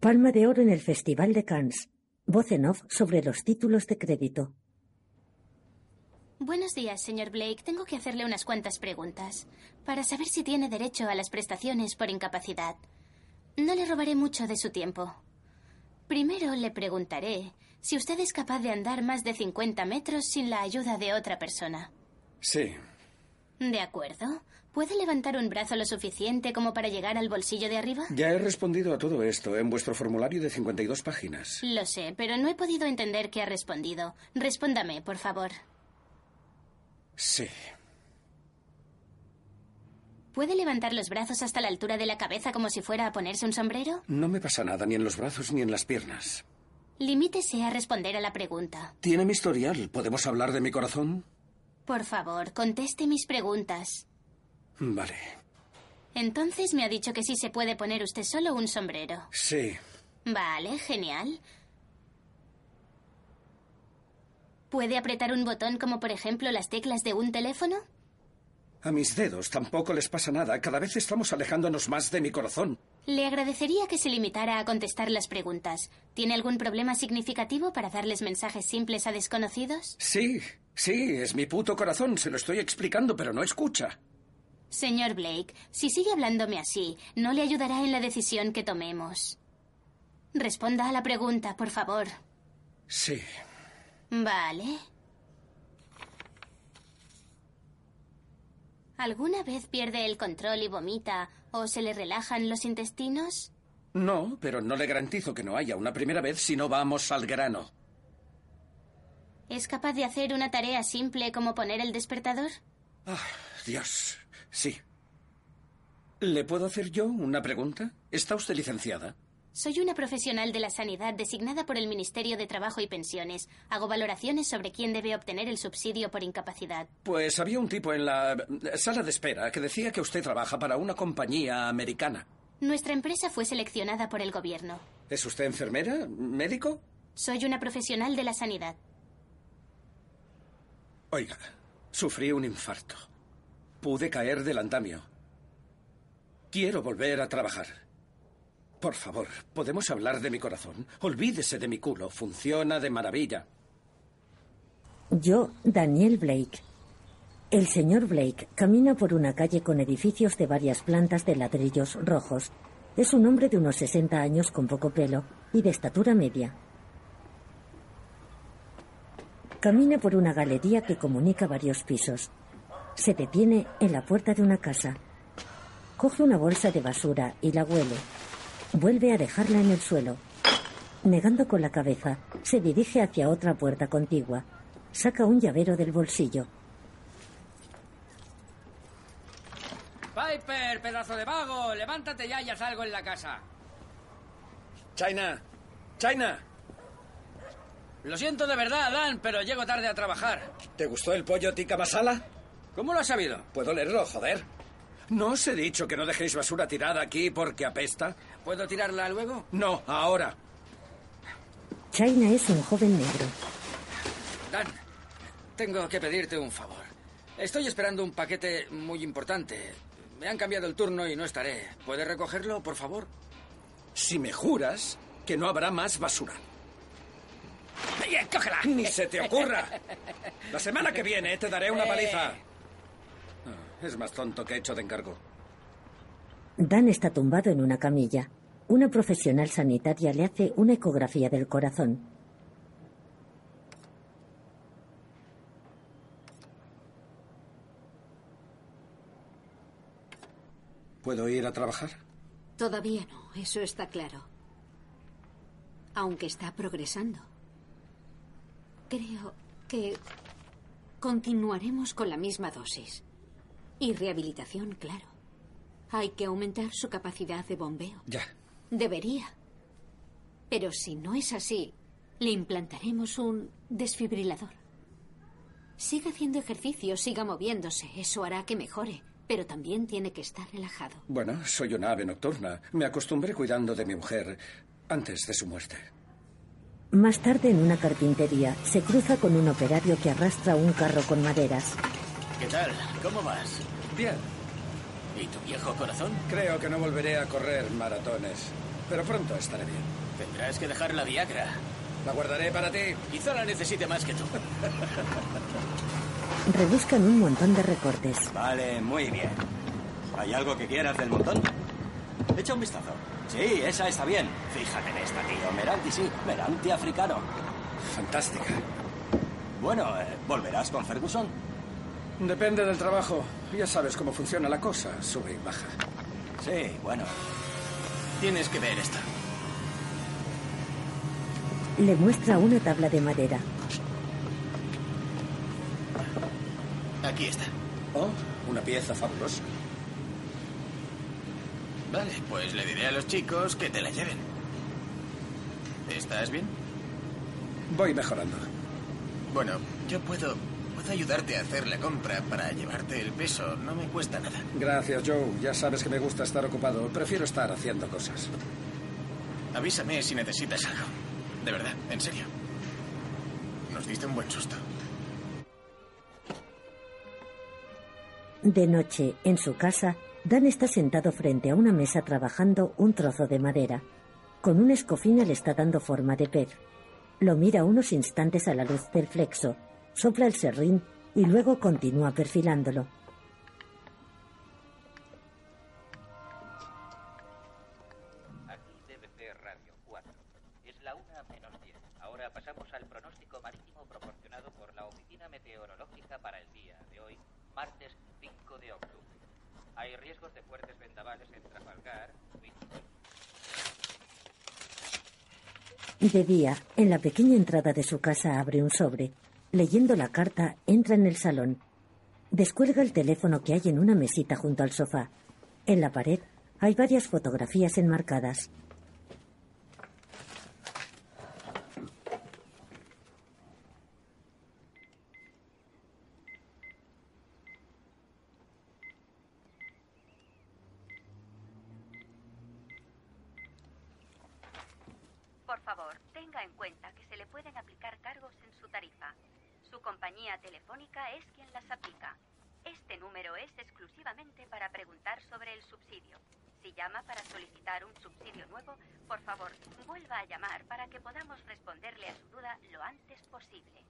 Palma de Oro en el Festival de Cannes. Voz en off sobre los títulos de crédito. Buenos días, señor Blake. Tengo que hacerle unas cuantas preguntas para saber si tiene derecho a las prestaciones por incapacidad. No le robaré mucho de su tiempo. Primero le preguntaré si usted es capaz de andar más de 50 metros sin la ayuda de otra persona. Sí, ¿De acuerdo? ¿Puede levantar un brazo lo suficiente como para llegar al bolsillo de arriba? ya he respondido a todo esto en vuestro formulario de 52 páginas. Lo sé, pero no he podido entender qué ha respondido. Respóndame, por favor. Sí, ¿Puede levantar los brazos hasta la altura de la cabeza como si fuera a ponerse un sombrero? no me pasa nada ni en los brazos ni en las piernas. Limítese a responder a la pregunta. ¿Tiene mi historial? ¿Podemos hablar de mi corazón? Por favor, conteste mis preguntas. Vale. Entonces me ha dicho que sí se puede poner usted solo un sombrero. Sí, Vale, genial. ¿Puede apretar un botón como por ejemplo las teclas de un teléfono? a mis dedos tampoco les pasa nada. Cada vez estamos alejándonos más de mi corazón. Le agradecería que se limitara a contestar las preguntas. ¿Tiene algún problema significativo para darles mensajes simples a desconocidos? Sí, sí, es mi puto corazón. Se lo estoy explicando, pero no escucha. Señor Blake, si sigue hablándome así, no le ayudará en la decisión que tomemos. Responda a la pregunta, por favor. Sí, Vale. ¿Alguna vez pierde el control y vomita o se le relajan los intestinos? No, pero no le garantizo que no haya una primera vez si no vamos al grano. ¿Es capaz de hacer una tarea simple como poner el despertador? Ah, Dios, sí. ¿Le puedo hacer yo una pregunta? ¿Está usted licenciada? Soy una profesional de la sanidad designada por el Ministerio de Trabajo y Pensiones. Hago valoraciones sobre quién debe obtener el subsidio por incapacidad. Pues había un tipo en la eh, sala de espera que decía que usted trabaja para una compañía americana. Nuestra empresa fue seleccionada por el gobierno. ¿Es usted enfermera? ¿Médico? Soy una profesional de la sanidad. Oiga, sufrí un infarto. Pude caer del andamio. Quiero volver a trabajar. Por favor, ¿podemos hablar de mi corazón? Olvídese de mi culo. Funciona de maravilla. Yo, Daniel Blake. El señor Blake camina por una calle con edificios de varias plantas de ladrillos rojos. Es un hombre de unos 60 años con poco pelo y de estatura media. Camina por una galería que comunica varios pisos. Se detiene en la puerta de una casa. Coge una bolsa de basura y la huele. Vuelve a dejarla en el suelo. Negando con la cabeza, se dirige hacia otra puerta contigua. Saca un llavero del bolsillo. Piper, pedazo de vago, levántate ya y haz algo en la casa. China. China. Lo siento de verdad, Dan, pero llego tarde a trabajar. ¿Te gustó el pollo tikka masala? ¿Cómo lo has sabido? ¿Puedo leerlo, joder? ¿No os he dicho que no dejéis basura tirada aquí porque apesta? ¿Puedo tirarla luego? No, ahora. China es un joven negro. Dan, tengo que pedirte un favor. Estoy esperando un paquete muy importante. Me han cambiado el turno y no estaré. ¿Puedes recogerlo, por favor? Si me juras que no habrá más basura. Bien, cógela. ¡Ni se te ocurra! La semana que viene te daré Eh. una paliza. Ah, Es más tonto que hecho de encargo. Dan está tumbado en una camilla. Una profesional sanitaria le hace una ecografía del corazón. ¿Puedo ir a trabajar? Todavía no, eso está claro. Aunque está progresando. Creo que continuaremos con la misma dosis. Y rehabilitación, claro. Hay que aumentar su capacidad de bombeo. Ya. Debería. Pero si no es así, le implantaremos un desfibrilador. Siga haciendo ejercicio, siga moviéndose, eso hará que mejore, pero también tiene que estar relajado. Bueno, soy una ave nocturna. Me acostumbré cuidando de mi mujer antes de su muerte. Más tarde, en una carpintería, se cruza con un operario que arrastra un carro con maderas. ¿Qué tal? ¿Cómo vas? Bien. ¿Y tu viejo corazón? Creo que no volveré a correr maratones, pero pronto estaré bien. Tendrás que dejar la Viagra. La guardaré para ti. Quizá la necesite más que tú. Rebuscan un montón de recortes. Vale, muy bien. ¿Hay algo que quieras del montón? Echa un vistazo. Sí, esa está bien. Fíjate en esta, tío. Meranti, sí. Meranti africano. Fantástica. Bueno, eh, ¿volverás con Ferguson? Depende del trabajo. Ya sabes cómo funciona la cosa. Sube y baja. Sí, bueno. Tienes que ver esta. Le muestra una tabla de madera. Aquí está. Oh, una pieza fabulosa. Vale, pues le diré a los chicos que te la lleven. ¿Estás bien? Voy mejorando. Bueno, yo puedo. Puedo ayudarte a hacer la compra para llevarte el peso. No me cuesta nada. Gracias, Joe. Ya sabes que me gusta estar ocupado. Prefiero estar haciendo cosas. Avísame si necesitas algo. De verdad, en serio. Nos diste un buen susto. De noche, en su casa, Dan está sentado frente a una mesa trabajando un trozo de madera. Con una escofina le está dando forma de pez. Lo mira unos instantes a la luz del flexo, sopla el serrín y luego continúa perfilándolo. Aquí DBC Radio 4. Es la 1 menos 10. Ahora pasamos al pronóstico marítimo proporcionado por la Oficina Meteorológica para el día de hoy, martes 5 de octubre. Hay riesgos de fuertes vendavales en Trafalgar, Windsor, De día, en la pequeña entrada de su casa abre un sobre. Leyendo la carta, entra en el salón. Descuelga el teléfono que hay en una mesita junto al sofá. En la pared hay varias fotografías enmarcadas. Por favor, tenga en cuenta que se le pueden aplicar cargos en su tarifa. Su compañía telefónica es quien las aplica. Este número es exclusivamente para preguntar sobre el subsidio. Si llama para solicitar un subsidio nuevo, por favor, vuelva a llamar para que podamos responderle a su duda lo antes posible.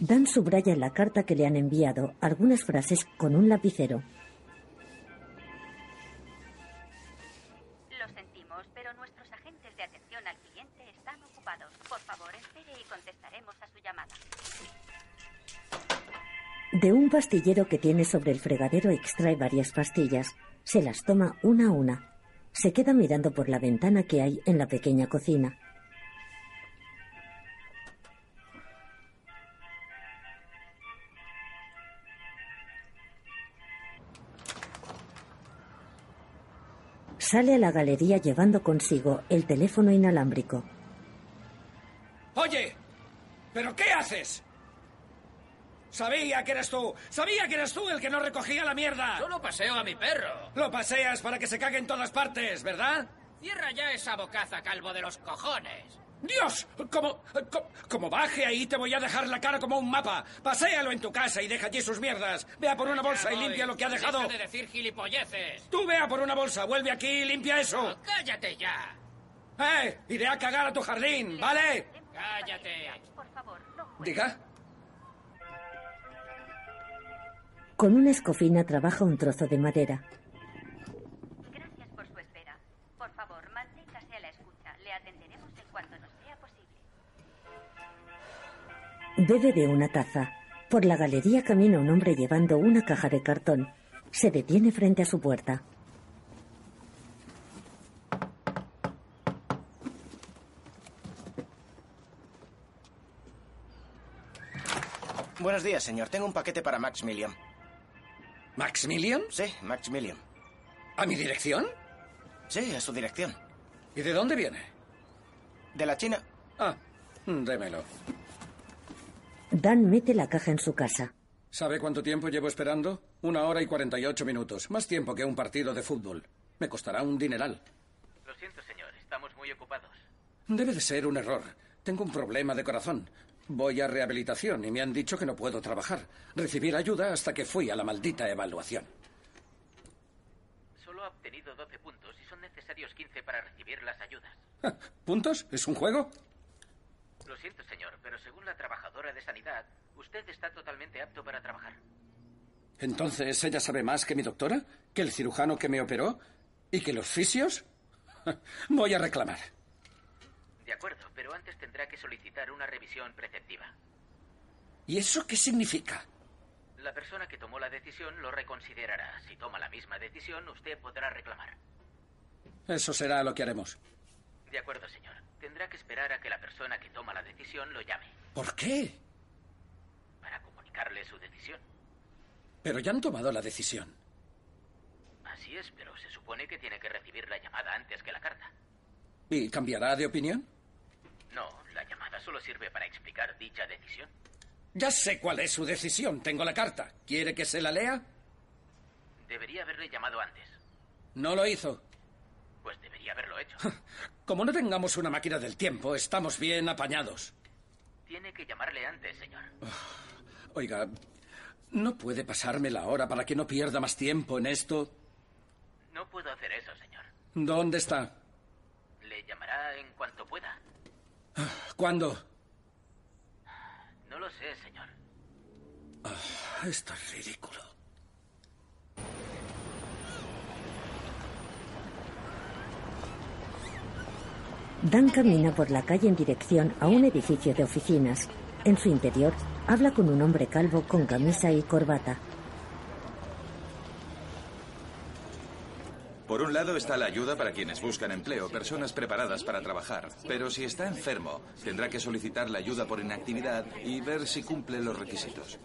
Dan subraya en la carta que le han enviado algunas frases con un lapicero. Lo sentimos, pero nuestros agentes de atención al cliente están ocupados. Por favor, espere y contestaremos a su llamada. De un pastillero que tiene sobre el fregadero extrae varias pastillas. Se las toma una a una. Se queda mirando por la ventana que hay en la pequeña cocina. Sale a la galería llevando consigo el teléfono inalámbrico. Oye, ¿pero qué haces? Sabía que eras tú. Sabía que eras tú el que no recogía la mierda. Solo paseo a mi perro. Lo paseas para que se cague en todas partes, ¿verdad? Cierra ya esa bocaza, calvo de los cojones. Dios, como, co- como baje ahí te voy a dejar la cara como un mapa. Paséalo en tu casa y deja allí sus mierdas. Vea por una bolsa y Ya voy. limpia lo que ha dejado. Deja de decir gilipolleces. Tú vea por una bolsa, vuelve aquí y limpia eso. Cállate ya. Ah. ¡Eh! Iré a cagar a tu jardín, ¿vale? Cállate. Por favor, no juegue. Diga. Con una escofina trabaja un trozo de madera. Gracias por su espera. Por favor, manténgase a la escucha. Le atenderemos en cuanto nos sea posible. Bebe de una taza. Por la galería camina un hombre llevando una caja de cartón. Se detiene frente a su puerta. Buenos días, señor. Tengo un paquete para Max Milliam. ¿Maximilian? Sí, Max Milliam. ¿A mi dirección? Sí, a su dirección. ¿Y de dónde viene? De la China. Ah, démelo. Dan mete la caja en su casa. ¿Sabe cuánto tiempo llevo esperando? Una hora y cuarenta y ocho minutos. Más tiempo que un partido de fútbol. Me costará un dineral. Lo siento, señor, estamos muy ocupados. Debe de ser un error. Tengo un problema de corazón. Voy a rehabilitación y me han dicho que no puedo trabajar. Recibí la ayuda hasta que fui a la maldita evaluación. Solo ha obtenido 12 puntos y son necesarios 15 para recibir las ayudas. ¿Puntos? ¿Es un juego? Lo siento, señor, pero según la trabajadora de sanidad, usted está totalmente apto para trabajar. Entonces, ¿ella sabe más que mi doctora? ¿Que el cirujano que me operó? ¿Y que los fisios? Voy a reclamar. De acuerdo, pero antes tendrá que solicitar una revisión preceptiva. ¿Y eso qué significa? La persona que tomó la decisión lo reconsiderará. Si toma la misma decisión, usted podrá reclamar. Eso será lo que haremos. De acuerdo, señor. Tendrá que esperar a que la persona que toma la decisión lo llame ¿Por qué? para comunicarle su decisión. Pero ya han tomado la decisión. Así es, pero se supone que tiene que recibir la llamada antes que la carta. ¿Y cambiará de opinión? No, la llamada solo sirve para explicar dicha decisión. Ya sé cuál es su decisión. Tengo la carta. ¿Quiere que se la lea? Debería haberle llamado antes. No lo hizo. Pues debería haberlo hecho. Como no tengamos una máquina del tiempo, estamos bien apañados. tiene que llamarle antes, señor. Oiga, ¿no puede pasarme la hora para que no pierda más tiempo en esto? No puedo hacer eso, señor. ¿Dónde está? Le llamará en cuanto pueda. ¿Cuándo? No lo sé, señor. Ah, Esto es ridículo. Dan camina por la calle en dirección a un edificio de oficinas. En su interior, habla con un hombre calvo con camisa y corbata. Por un lado está la ayuda para quienes buscan empleo, personas preparadas para trabajar. Pero si está enfermo, tendrá que solicitar la ayuda por inactividad y ver si cumple los requisitos.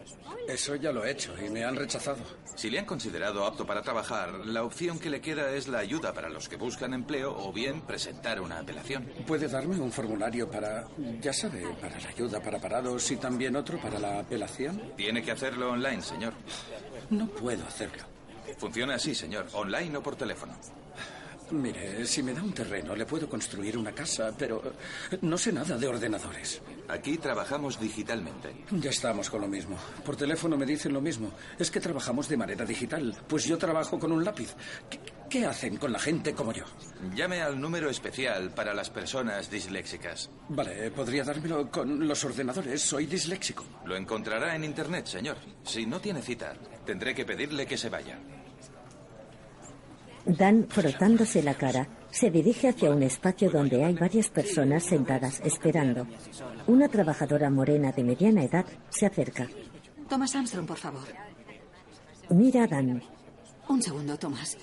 Eso ya lo he hecho y me han rechazado. Si le han considerado apto para trabajar, la opción que le queda es la ayuda para los que buscan empleo o bien presentar una apelación. ¿Puede darme un formulario para, ya sabe, para la ayuda para parados y también otro para la apelación? Tiene que hacerlo online, señor. No puedo hacerlo. Funciona así, señor, online o por teléfono. Mire, si me da un terreno, le puedo construir una casa, pero eh, no sé nada de ordenadores. Aquí trabajamos digitalmente. Ya estamos con lo mismo. Por teléfono me dicen lo mismo. Es que trabajamos de manera digital. Pues yo trabajo con un lápiz. ¿Qué, qué hacen con la gente como yo? Llame al número especial para las personas disléxicas. Vale, eh, podría dármelo con los ordenadores. Soy disléxico. Lo encontrará en Internet, señor. Si no tiene cita, tendré que pedirle que se vaya. Dan, frotándose la cara, se dirige hacia un espacio donde hay varias personas sentadas esperando. Una trabajadora morena de mediana edad se acerca. Thomas Armstrong, por favor. Mira a Dan. Un segundo, Thomas.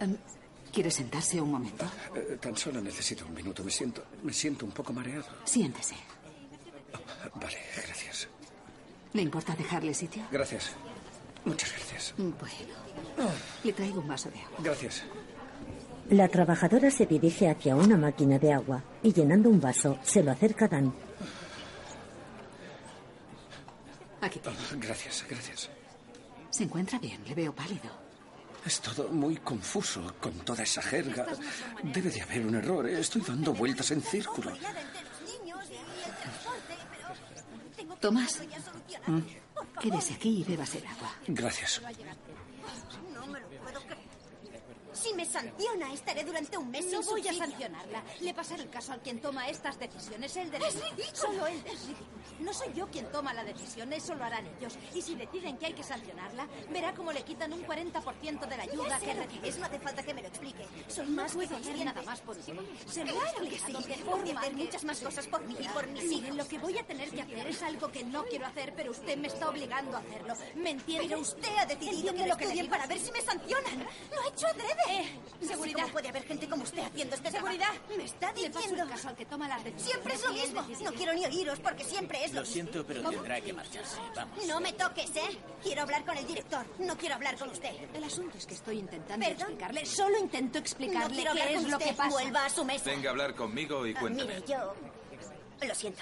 Em, ¿Quiere sentarse un momento? Eh, tan solo necesito un minuto. Me siento, me siento un poco mareado. Siéntese. Vale, gracias. ¿Le importa dejarle sitio? Gracias. Muchas gracias. Bueno. Le traigo un vaso de agua. Gracias. La trabajadora se dirige hacia una máquina de agua y llenando un vaso se lo acerca a Dan. Aquí Ah, tiene. Gracias, gracias. Se encuentra bien, le veo pálido. Es todo muy confuso con toda esa jerga. Debe de haber un error. ¿eh? Estoy dando vueltas en círculo. Tomás, quédese aquí y bébase el agua. ¿Mm? Gracias. Si me sanciona, estaré durante un mes No voy a sancionarla. Le pasaré el caso al quien toma estas decisiones. Él de ¿Ah, Solo él de No soy yo quien toma la decisión, eso lo harán ellos. Y si deciden que hay que sancionarla, verá cómo le quitan un 40% de la ayuda que recibes. No hace falta que me lo explique. Soy más puedo hacer nada más por usted. Se lo claro que sí. Voy hacer muchas más cosas por mí y por mí. Miren, lo que voy a tener que hacer es algo que no quiero hacer, pero usted me está obligando a hacerlo. ¿Me entiende? Pero usted ha decidido que lo estudien para ver si me sancionan. Lo ha hecho adrede. seguridad. puede haber gente como usted haciendo este Seguridad. Me está diciendo. caso al que toma las Siempre es lo mismo. No quiero ni oíros porque siempre es lo, mismo. siento, pero tendrá que marcharse. Vamos. No me toques, ¿eh? Quiero hablar con el director. No quiero hablar con usted. El asunto es que estoy intentando Perdón. explicarle. Solo intento No explicarle quiero hablar qué con es usted. lo que pasa. Vuelva a su mesa. Ah, Venga a hablar conmigo y Ah, cuénteme. mire, yo. Lo siento.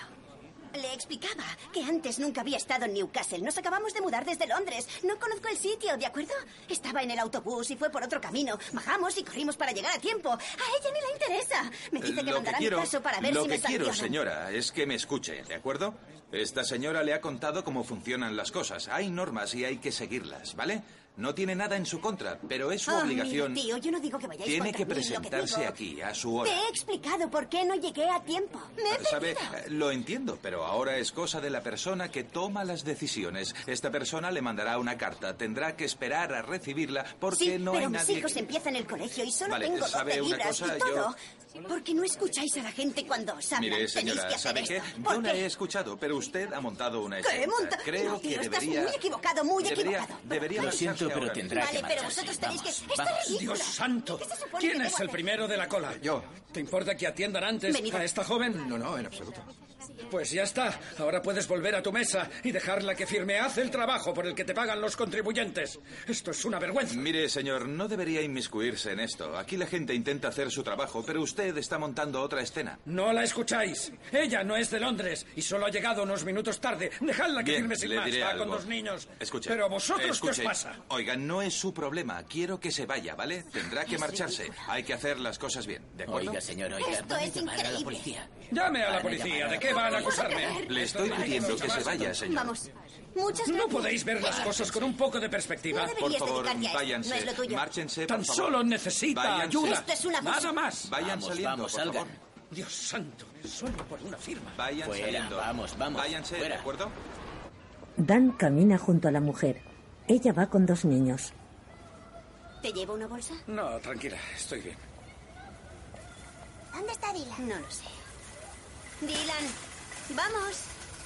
Le explicaba que antes nunca había estado en Newcastle. Nos acabamos de mudar desde Londres. No conozco el sitio, ¿de acuerdo? Estaba en el autobús y fue por otro camino. Bajamos y corrimos para llegar a tiempo. A ella ni le interesa. Me dice que Eh, Lo que mandará mi quiero, caso para ver lo si que me quiero, sancionan. señora, es que me escuche, ¿de acuerdo? Esta señora le ha contado cómo funcionan las cosas. Hay normas y hay que seguirlas, ¿vale? No tiene nada en su contra, pero es su Ah, obligación. mira, tío, yo no digo que vayáis tiene contra que mí, lo presentarse digo- aquí a su hora. Te he explicado por qué no llegué a tiempo. Me he ¿Sabe? perdido. Eh, Lo entiendo, pero ahora es cosa de la persona que toma las decisiones. Esta persona le mandará una carta. Tendrá que esperar a recibirla porque sí, no pero hay mis nadie. hijos empiezan el colegio y solo Vale, tengo 12 ¿sabe una libras cosa? y Yo- todo. Porque no escucháis a la gente cuando os hablan. Mire, Tenéis que señora, hacer ¿sabe qué? esto. Yo la he escuchado, pero usted ha montado una ¿Qué he escena. montado? Creo No, tío, que estás debería... muy equivocado, muy debería, equivocado. Debería Lo marcharse siento, pero ahora tendrá mismo. que Vale, pero marcharse. vosotros tenéis que- Vamos, ¡Esto es vamos. ridículo! Dios santo. ¿Qué se supone que ¿Quién debo es el hacer? primero de la cola? Yo. ¿Te importa que atiendan antes Venid. a esta joven? Eh, No, no, en absoluto. Pues ya está. Ahora puedes volver a tu mesa y dejarla que firme. Haz el trabajo por el que te pagan los contribuyentes. Esto es una vergüenza. Mire, señor, no debería inmiscuirse en esto. Aquí la gente intenta hacer su trabajo, pero usted está montando otra escena. No la escucháis. Ella no es de Londres y solo ha llegado unos minutos tarde. Dejadla que Bien, firme sin le más. diré Va algo. con dos niños. Escuche. Pero vosotros, escuche. ¿qué os pasa? Oiga, no es su problema. Quiero que se vaya, ¿vale? Tendrá que Es marcharse. Hay que hacer las cosas bien, ¿de acuerdo? Oiga, señor, oiga, Este- Esto van a es llamar a la increíble. policía. Llame a Van la a policía. llamar a ¿De la qué van a policía. Este acusarme? Le estoy pidiendo que se vaya, señor. Vamos. Muchas gracias. ¿No podéis ver las cosas con un poco de perspectiva? No deberías Por favor, dedicarte a esto. váyanse. No es lo tuyo. Márchense, Tan por favor. solo necesita Váyanse. ayuda. Esto Este es una abuso. Nada más. Vayan Vamos, saliendo, vamos, por salgan. favor. Dios santo, solo por una firma. Vayan Fuera, saliendo. vamos, vamos, Váyanse, fuera. ¿de acuerdo? Dan camina junto a la mujer. Ella va con dos niños. ¿Te llevo una bolsa? No, tranquila, estoy bien. ¿Dónde está Dylan? No lo sé. Dylan, vamos.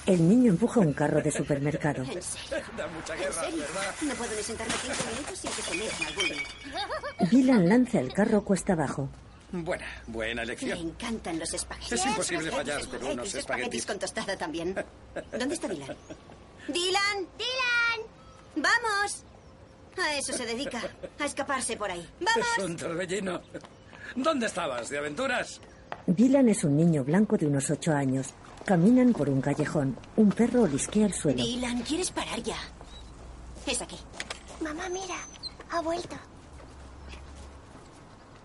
El niño empuja un carro de supermercado. En serio. Da mucha guerra, ¿verdad? No puedo ni sentarme cinco minutos sin que se me haga algún lío. Dylan lanza el carro cuesta abajo. Buena, buena Me elección. encantan los espaguetis. Es imposible fallar Espaguetis, con unos espaguetis. con tostada también. ¿Dónde está Dylan? ¡Dylan! ¡Dylan! ¡Vamos! A eso se dedica, a escaparse por ahí. ¡Vamos! Es un torbellino. ¿Dónde estabas? ¿De aventuras? Dylan es un niño blanco de unos ocho años. Caminan por un callejón. Un perro olisquea el suelo. Dylan, ¿quieres parar ya? Es aquí. Mamá, mira, ha vuelto.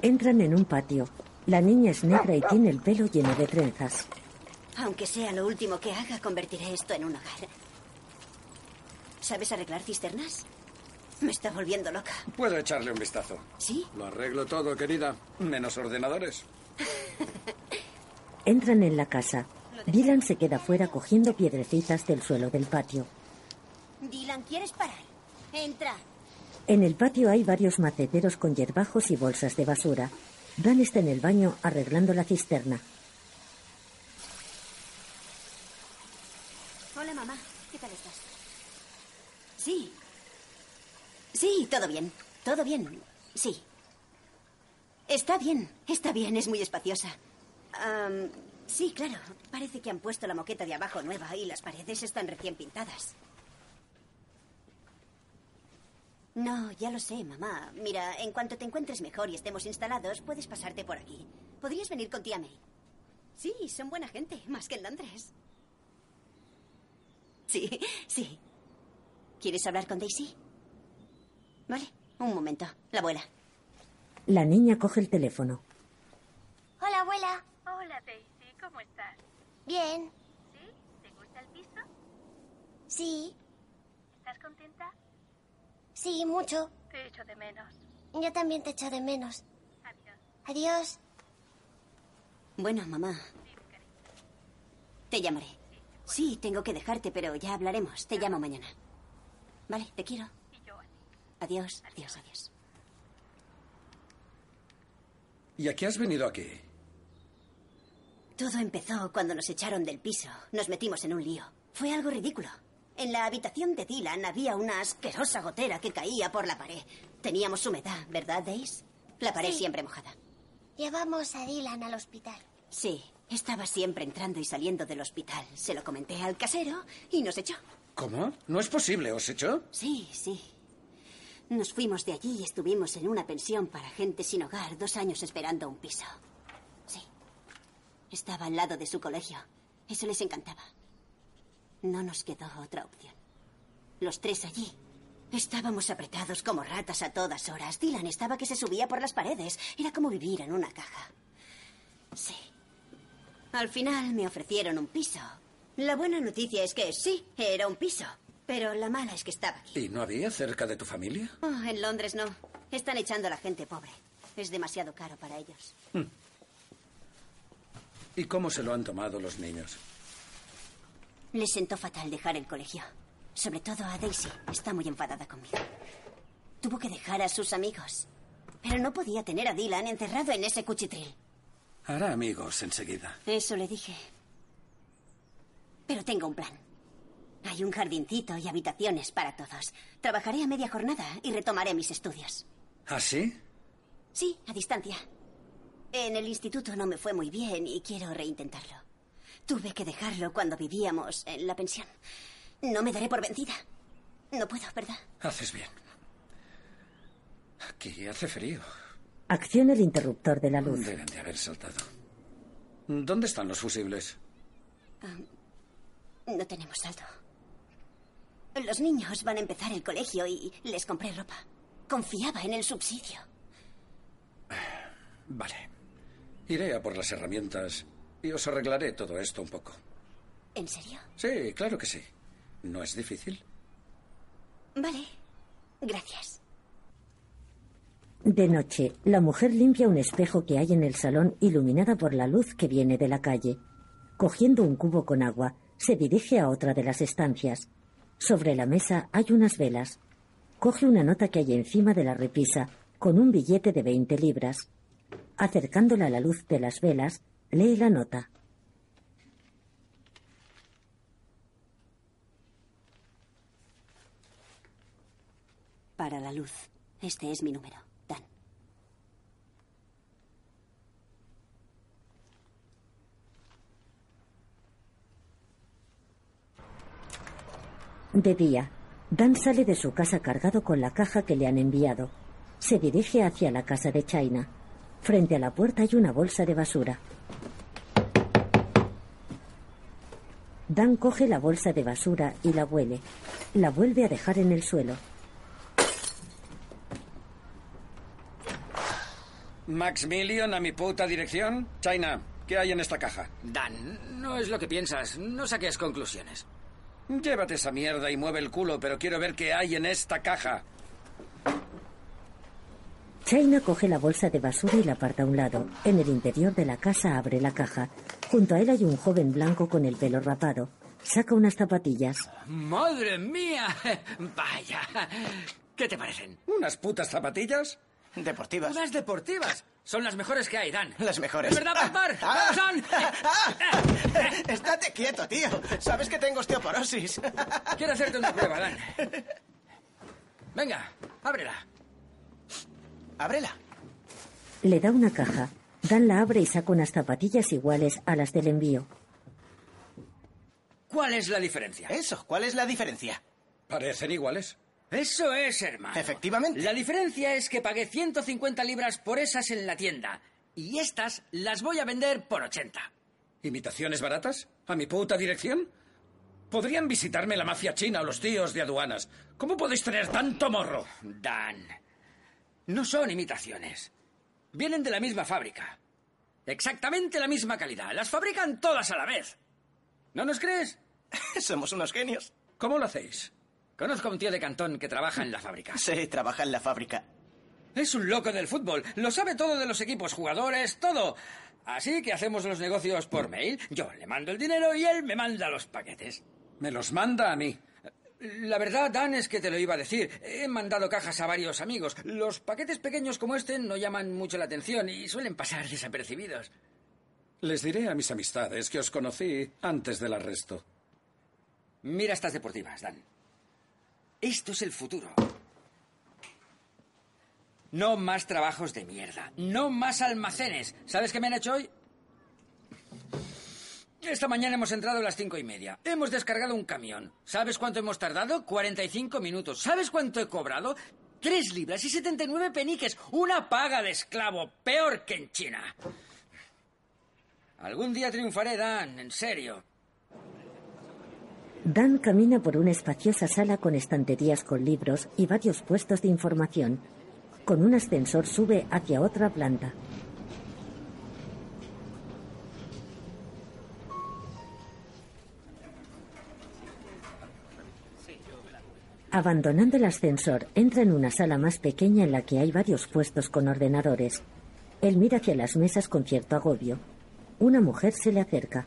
Entran en un patio. La niña es negra y tiene el pelo lleno de trenzas. Aunque sea lo último que haga, convertiré esto en un hogar. ¿Sabes arreglar cisternas? Me está volviendo loca. Puedo echarle un vistazo. ¿Sí? Lo arreglo todo, querida. Menos ordenadores. Entran en la casa. Dylan se queda fuera cogiendo piedrecitas del suelo del patio. Dylan, ¿quieres parar? Entra. En el patio hay varios maceteros con hierbajos y bolsas de basura. Dan está en el baño arreglando la cisterna. Hola, mamá. ¿Qué tal estás? Sí. Sí, todo bien. Todo bien. Sí. Está bien. Está bien. Es muy espaciosa. Am, sí, claro. Parece que han puesto la moqueta de abajo nueva y las paredes están recién pintadas. No, ya lo sé, mamá. Mira, en cuanto te encuentres mejor y estemos instalados, puedes pasarte por aquí. Podrías venir con tía May. Sí, son buena gente, más que en Londres. Sí, sí. ¿Quieres hablar con Daisy? Vale, un momento. La abuela. La niña coge el teléfono. Hola, abuela. Hola, Daisy, ¿cómo estás? Bien. ¿Sí? ¿Te gusta el piso? Sí, ¿Estás contenta? sí, mucho. Te echo de menos. Yo también te echo de menos. Adiós. Bueno, mamá. Te llamaré. Sí, tengo que dejarte, pero ya hablaremos. Te llamo mañana. Vale, te quiero. Adiós, adiós, adiós. ¿Y a qué has venido aquí? Todo empezó cuando nos echaron del piso. Nos metimos en un lío. Fue algo ridículo. En la habitación de Dylan había una asquerosa gotera que caía por la pared. Teníamos humedad, ¿verdad, Daisy? La pared Sí. siempre mojada. Llevamos a Dylan al hospital. Sí, estaba siempre entrando y saliendo del hospital. Se lo comenté al casero y nos echó. ¿Cómo? ¿No es posible? ¿Os echó? Sí, sí. Nos fuimos de allí y estuvimos en una pensión para gente sin hogar dos años esperando un piso. Sí. Estaba al lado de su colegio. Eso les encantaba. No nos quedó otra opción. Los tres allí. Estábamos apretados como ratas a todas horas. Dylan estaba que se subía por las paredes. Era como vivir en una caja. Sí. Al final me ofrecieron un piso. La buena noticia es que sí, era un piso. Pero la mala es que estaba aquí. ¿Y no había cerca de tu familia? Oh, en Londres no. Están echando a la gente pobre. Es demasiado caro para ellos. ¿Y cómo se lo han tomado los niños? Les sentó fatal dejar el colegio. Sobre todo a Daisy. Está muy enfadada conmigo. Tuvo que dejar a sus amigos. Pero no podía tener a Dylan encerrado en ese cuchitril. Hará amigos enseguida. Eso le dije. Pero tengo un plan. Hay un jardincito y habitaciones para todos. Trabajaré a media jornada y retomaré mis estudios. ¿Ah, sí? Sí, a distancia. En el instituto no me fue muy bien y quiero reintentarlo. Tuve que dejarlo cuando vivíamos en la pensión. No me daré por vencida. No puedo, ¿verdad? Haces bien. Aquí hace frío. Acciona el interruptor de la luz. Deben de haber saltado. ¿Dónde están los fusibles? Ah, no tenemos saldo. Los niños van a empezar el colegio y les compré ropa. Confiaba en el subsidio. Vale. Iré a por las herramientas y os arreglaré todo esto un poco. ¿En serio? Sí, claro que sí. No es difícil. Vale. Gracias. De noche, la mujer limpia un espejo que hay en el salón iluminada por la luz que viene de la calle. Cogiendo un cubo con agua, se dirige a otra de las estancias. Sobre la mesa hay unas velas. Coge una nota que hay encima de la repisa, con un billete de 20 libras. Acercándola a la luz de las velas, lee la nota. Para la luz. Este es mi número, Dan. De día, Dan sale de su casa cargado con la caja que le han enviado. Se dirige hacia la casa de China. Frente a la puerta hay una bolsa de basura. Dan coge la bolsa de basura y la huele. La vuelve a dejar en el suelo. Max Million a mi puta dirección. China, ¿qué hay en esta caja? Dan, no es lo que piensas. No saques conclusiones. Llévate esa mierda y mueve el culo, pero quiero ver qué hay en esta caja. China coge la bolsa de basura y la aparta a un lado. En el interior de la casa abre la caja. Junto a él hay un joven blanco con el pelo rapado. Saca unas zapatillas. ¡Madre mía! Vaya. ¿Qué te parecen? ¿Unas putas zapatillas? Deportivas. Unas deportivas. Son las mejores que hay, Dan. Las mejores. ¿Es verdad, Papar? Ah, ¡Son! ah, ah. Estate quieto, tío. Sabes que tengo osteoporosis. Quiero hacerte una prueba, Dan. Venga, ábrela. Ábrela. Le da una caja. Dan la abre y saca unas zapatillas iguales a las del envío. ¿Cuál es la diferencia? Eso, ¿cuál es la diferencia? Parecen iguales. Eso es, hermano. Efectivamente. La diferencia es que pagué 150 libras por esas en la tienda. Y estas las voy a vender por 80. ¿Imitaciones baratas? ¿A mi puta dirección? Podrían visitarme la mafia china o los tíos de aduanas. ¿Cómo podéis tener tanto morro? Dan. No son imitaciones. Vienen de la misma fábrica. Exactamente la misma calidad. Las fabrican todas a la vez. ¿No nos crees? Somos unos genios. ¿Cómo lo hacéis? Conozco a un tío de Cantón que trabaja en la fábrica. Sí, trabaja en la fábrica. Es un loco del fútbol. Lo sabe todo de los equipos, jugadores, todo. Así que hacemos los negocios Mm. por mail. Yo le mando el dinero y él me manda los paquetes. Me los manda a mí. La verdad, Dan, es que te lo iba a decir. He mandado cajas a varios amigos. Los paquetes pequeños como este no llaman mucho la atención y suelen pasar desapercibidos. Les diré a mis amistades que os conocí antes del arresto. Mira estas deportivas, Dan. Esto es el futuro. No más trabajos de mierda. No más almacenes. ¿Sabes qué me han hecho hoy? Esta mañana hemos entrado a las cinco y media. Hemos descargado un camión. ¿Sabes cuánto hemos tardado? 45 minutos. ¿Sabes cuánto he cobrado? Tres libras y 79 peniques. Una paga de esclavo. Peor que en China. Algún día triunfaré, Dan. En serio. Dan camina por una espaciosa sala con estanterías con libros y varios puestos de información. Con un ascensor sube hacia otra planta. Abandonando el ascensor, entra en una sala más pequeña en la que hay varios puestos con ordenadores. Él mira hacia las mesas con cierto agobio. Una mujer se le acerca.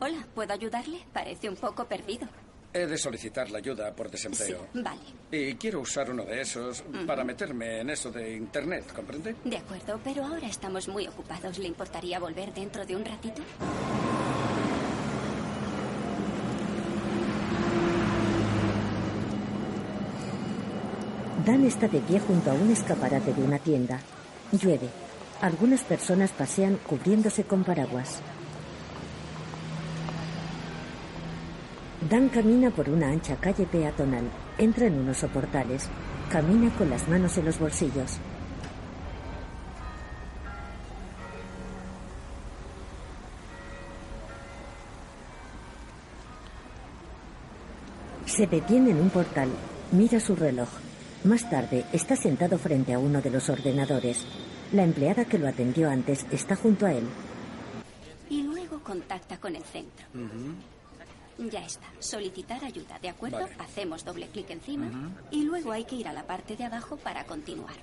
Hola, ¿puedo ayudarle? Parece un poco perdido. He de solicitar la ayuda por desempleo. Sí, vale. Y quiero usar uno de esos para meterme en eso de Internet, ¿comprende? De acuerdo, pero ahora estamos muy ocupados. ¿Le importaría volver dentro de un ratito? Dan está de pie junto a un escaparate de una tienda. Llueve. Algunas personas pasean cubriéndose con paraguas. Dan camina por una ancha calle peatonal. Entra en unos soportales. Camina con las manos en los bolsillos. Se detiene en un portal. Mira su reloj. Más tarde está sentado frente a uno de los ordenadores. La empleada que lo atendió antes está junto a él. Y luego contacta con el centro. Ya está. Solicitar ayuda, ¿de acuerdo? Vale. Hacemos doble clic encima Ujú. y luego hay que ir a la parte de abajo para continuar.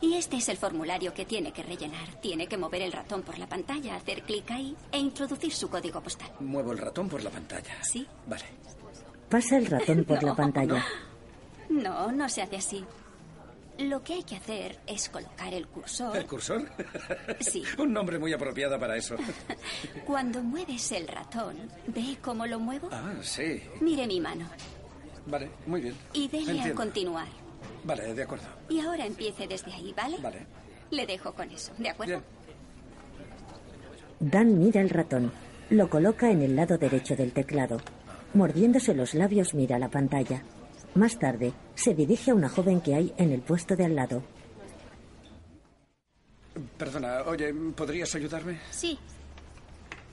Y este es el formulario que tiene que rellenar. Tiene que mover el ratón por la pantalla, hacer clic ahí e introducir su código postal. Muevo el ratón por la pantalla. Sí. Vale. Pasa el ratón por la No, pantalla. No, no se hace así. Lo que hay que hacer es colocar el cursor. ¿El cursor? Oh. Sí. Un nombre muy apropiado para eso. Cuando mueves el ratón, ¿ve cómo lo muevo? Ah, sí. Mire mi mano Vale, muy bien. y dele a Entiendo. continuar. Vale, de acuerdo. Y ahora empiece desde ahí, ¿vale? Vale. Le dejo con eso, ¿de acuerdo? Dan mira el ratón. Lo coloca en el lado derecho del teclado. Mordiéndose los labios mira la pantalla. Más tarde, se dirige a una joven que hay en el puesto de al lado. Perdona, oye, ¿podrías ayudarme? Sí.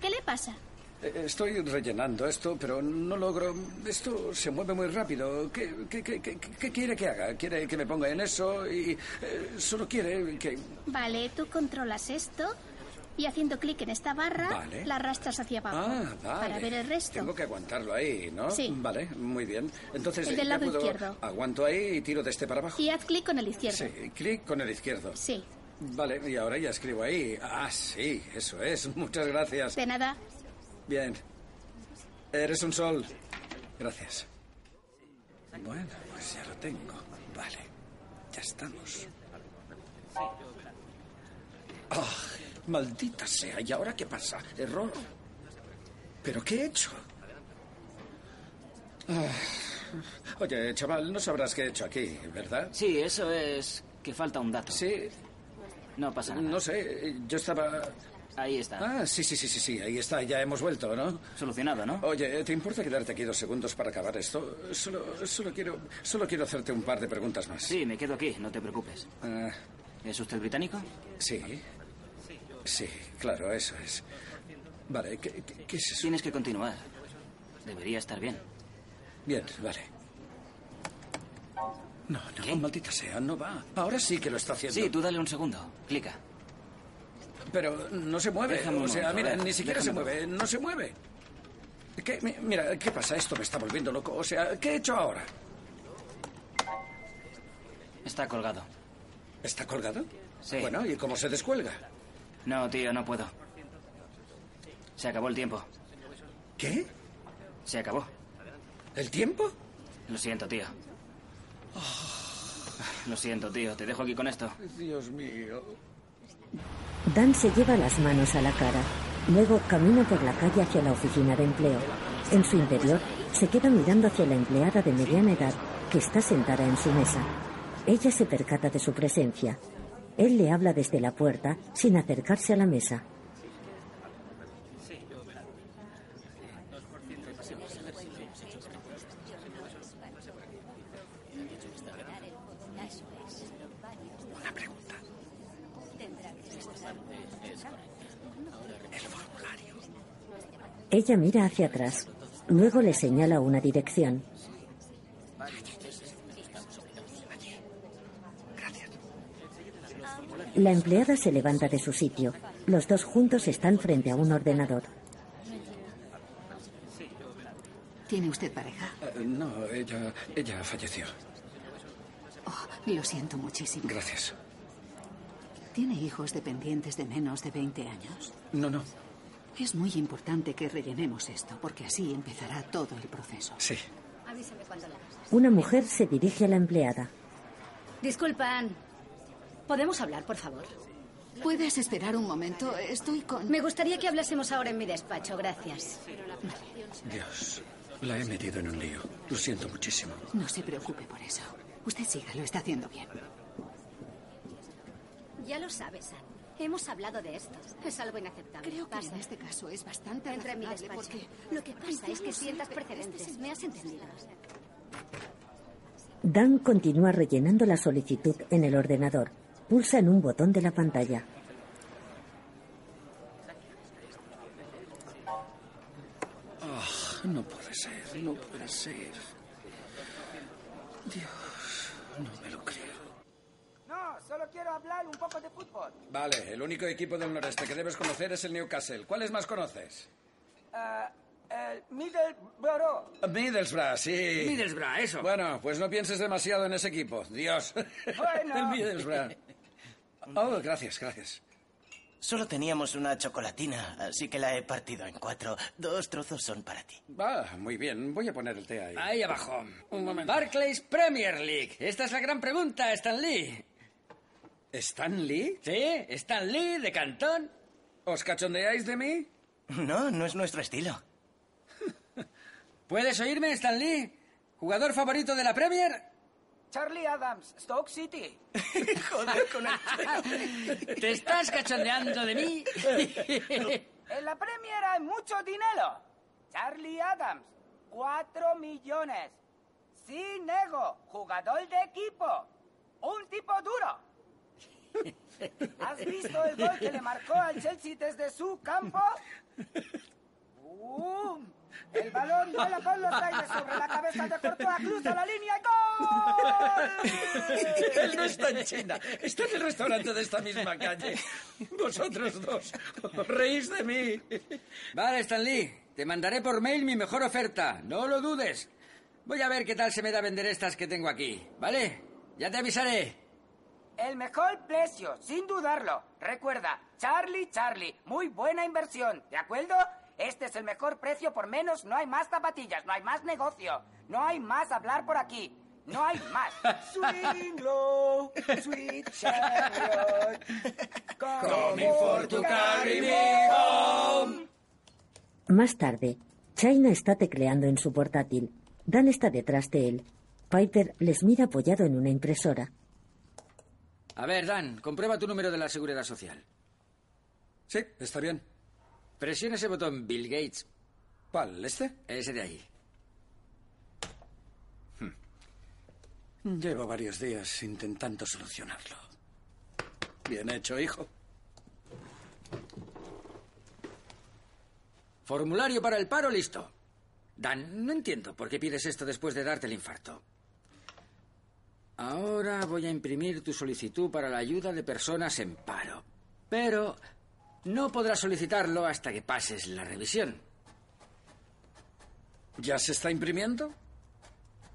¿Qué le pasa? Eh, Estoy rellenando esto, pero no logro. Esto se mueve muy rápido. ¿Qué, qué- qué- qué- qué quiere que haga? ¿Quiere que me ponga en eso? Y eh, solo quiere que. Vale, tú controlas esto y haciendo clic en esta barra Vale. la arrastras hacia abajo Ah, vale. para ver el resto. Tengo que aguantarlo ahí, ¿no? Sí. Vale, muy bien. Entonces, El del ¿qué lado puedo- izquierdo. Aguanto ahí y tiro de este para abajo. Y haz clic con el izquierdo. Sí, clic con el izquierdo. Sí. Vale, y ahora ya escribo ahí. Ah, sí, eso es. Muchas gracias. De nada. Bien. Eres un sol. Gracias. Bueno, pues ya lo tengo. Vale. Ya estamos. Ah, maldita sea. ¿Y ahora qué pasa? Error. ¿Pero qué he hecho? Ah. Oye, chaval, no sabrás qué he hecho aquí, ¿verdad? Sí, eso es que falta un dato. Sí. No pasa nada. No sé, yo estaba... Ahí está. Ah, sí, sí, sí, sí, sí, ahí está, ya hemos vuelto, ¿no? Solucionado, ¿no? Oye, ¿te importa quedarte aquí dos segundos para acabar esto? Solo, solo quiero, solo quiero hacerte un par de preguntas más. Ah. Sí, me quedo aquí, no te preocupes. ¿Es usted británico? Sí. Sí, claro, eso es. Vale, ¿qué, qué- qué es eso? Tienes que continuar. Debería estar bien. Bien, vale. No, Ah, no, maldita sea, no va. Ahora sí que lo está haciendo. Sí, tú dale un segundo. Clica. Pero no se mueve. Déjame un o sea, momento, a mira, ver, ni siquiera se déjame mueve. No se mueve. ¿Qué, Mi- mira, ¿qué pasa? Esto me está volviendo loco. O sea, ¿qué he hecho ahora? Está colgado. ¿Está colgado? Sí. Bueno, ¿y cómo se descuelga? No, tío, no puedo. Se acabó el tiempo. ¿Qué? Se acabó. ¿El tiempo? Lo siento, tío. Lo siento, tío. Te dejo aquí con esto. Dios mío. Dan se lleva las manos a la cara. Luego camina por la calle hacia la oficina de empleo. En su interior, se queda mirando hacia la empleada de mediana edad que está sentada en su mesa. Ella se percata de su presencia. Él le habla desde la puerta sin acercarse a la mesa. Una pregunta. ¿El formulario Ella mira hacia atrás. Luego le señala una dirección. La empleada se levanta de su sitio. Los dos juntos están frente a un ordenador. ¿Tiene usted pareja? Eh, No, ella, ella falleció. Oh, lo siento muchísimo. Gracias. ¿Tiene hijos dependientes de menos de 20 años? No, no. Es muy importante que rellenemos esto, porque así empezará todo el proceso. Sí. Avísame cuando la hagas. Una mujer se dirige a la empleada. Disculpan. ¿Podemos hablar, por favor? ¿Puedes esperar un momento? Estoy con... Me gustaría que hablásemos ahora en mi despacho, gracias. Dios, la he metido en un lío. Lo siento muchísimo. No se preocupe por eso. Usted siga, lo está haciendo bien. Ya lo sabes, Anne. Hemos hablado de esto. Es algo inaceptable. Creo que Pasa. en este caso es bastante Entra en mi razonable despacho. porque... Lo que pasa Ya es que lo sé, sientas pero este precedentes. es- ¿Me has entendido? Dan continúa rellenando la solicitud en el ordenador. Pulsa en un botón de la pantalla. Ah, no puede ser, no puede ser. Dios, no me lo creo. No, solo quiero hablar un poco de fútbol. Vale, el único equipo del noreste que debes conocer es el Newcastle. ¿Cuáles más conoces? Ah, el Middlesbrough. Middlesbrough, sí. Middlesbrough, eso. Bueno, pues no pienses demasiado en ese equipo. Dios. Bueno. El Middlesbrough. Oh, gracias, gracias. Solo teníamos una chocolatina, así que la he partido en cuatro. Dos trozos son para ti. Va, muy bien. Voy a poner el té ahí. Ahí abajo. Barclays Premier League. Esta es la gran pregunta, Stan Lee. ¿Stan Lee? Sí, Stan Lee de Cantón. ¿Os cachondeáis de mí? No, no es nuestro estilo. ¿Puedes oírme, Stan Lee? ¿Jugador favorito de la Premier? Charlie Adams, Stoke City. Joder con ¿Te estás cachondeando de mí? En la Premier hay mucho dinero. Charlie Adams, 4 millones. Cinego, jugador de equipo. Un tipo duro. ¿Has visto el gol que le marcó al Chelsea desde su campo? ¡Bum! El balón vuela por los aires sobre la cabeza de Courtois, cruza la línea y ¡gol! Él no está en China. Está en el restaurante de esta misma calle. Vosotros dos. Os reís de mí. Vale, Stan Lee. Te mandaré por mail mi mejor oferta. No lo dudes. Voy a ver qué tal se me da vender estas que tengo aquí. ¿Vale? Ya te avisaré. El mejor precio, sin dudarlo. Recuerda, Charlie, Charlie, muy buena inversión, ¿de acuerdo? Este es el mejor precio, por menos no hay más zapatillas, no hay más negocio, no hay más hablar por aquí, no hay más. Swing low, sweet chariot, Coming for to carry me home. Más tarde, China está tecleando en su portátil. Dan está detrás de él. Piper les mira apoyado en una impresora. A ver, Dan, comprueba tu número de la seguridad social. Sí, está bien. Presiona ese botón, Bill Gates. ¿Cuál? ¿Este? Ese de ahí. Llevo varios días intentando solucionarlo. Bien hecho, hijo. Formulario para el paro listo. Dan, no entiendo por qué pides esto después de darte el infarto. Ahora voy a imprimir tu solicitud para la ayuda de personas en paro. Pero no podrás solicitarlo hasta que pases la revisión. ¿Ya se está imprimiendo?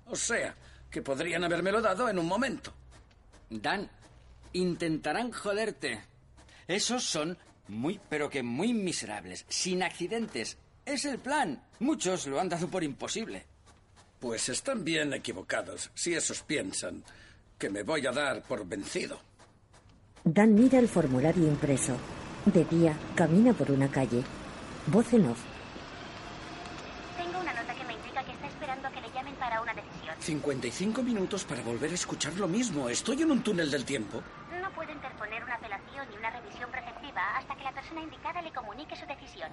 O sea, que podrían habérmelo dado en un momento. Dan, intentarán joderte. Esos son muy, pero que muy miserables, sin accidentes. Es el plan. Muchos lo han dado por imposible. Pues están bien equivocados si esos piensan que me voy a dar por vencido. Dan mira el formulario impreso. De día, camina por una calle. Voz en off. Tengo una nota que me indica que está esperando a que le llamen para una decisión. 55 minutos para volver a escuchar lo mismo. Estoy en un túnel del tiempo. No puedo interponer una apelación ni una revisión preceptiva hasta que la persona indicada le comunique su decisión.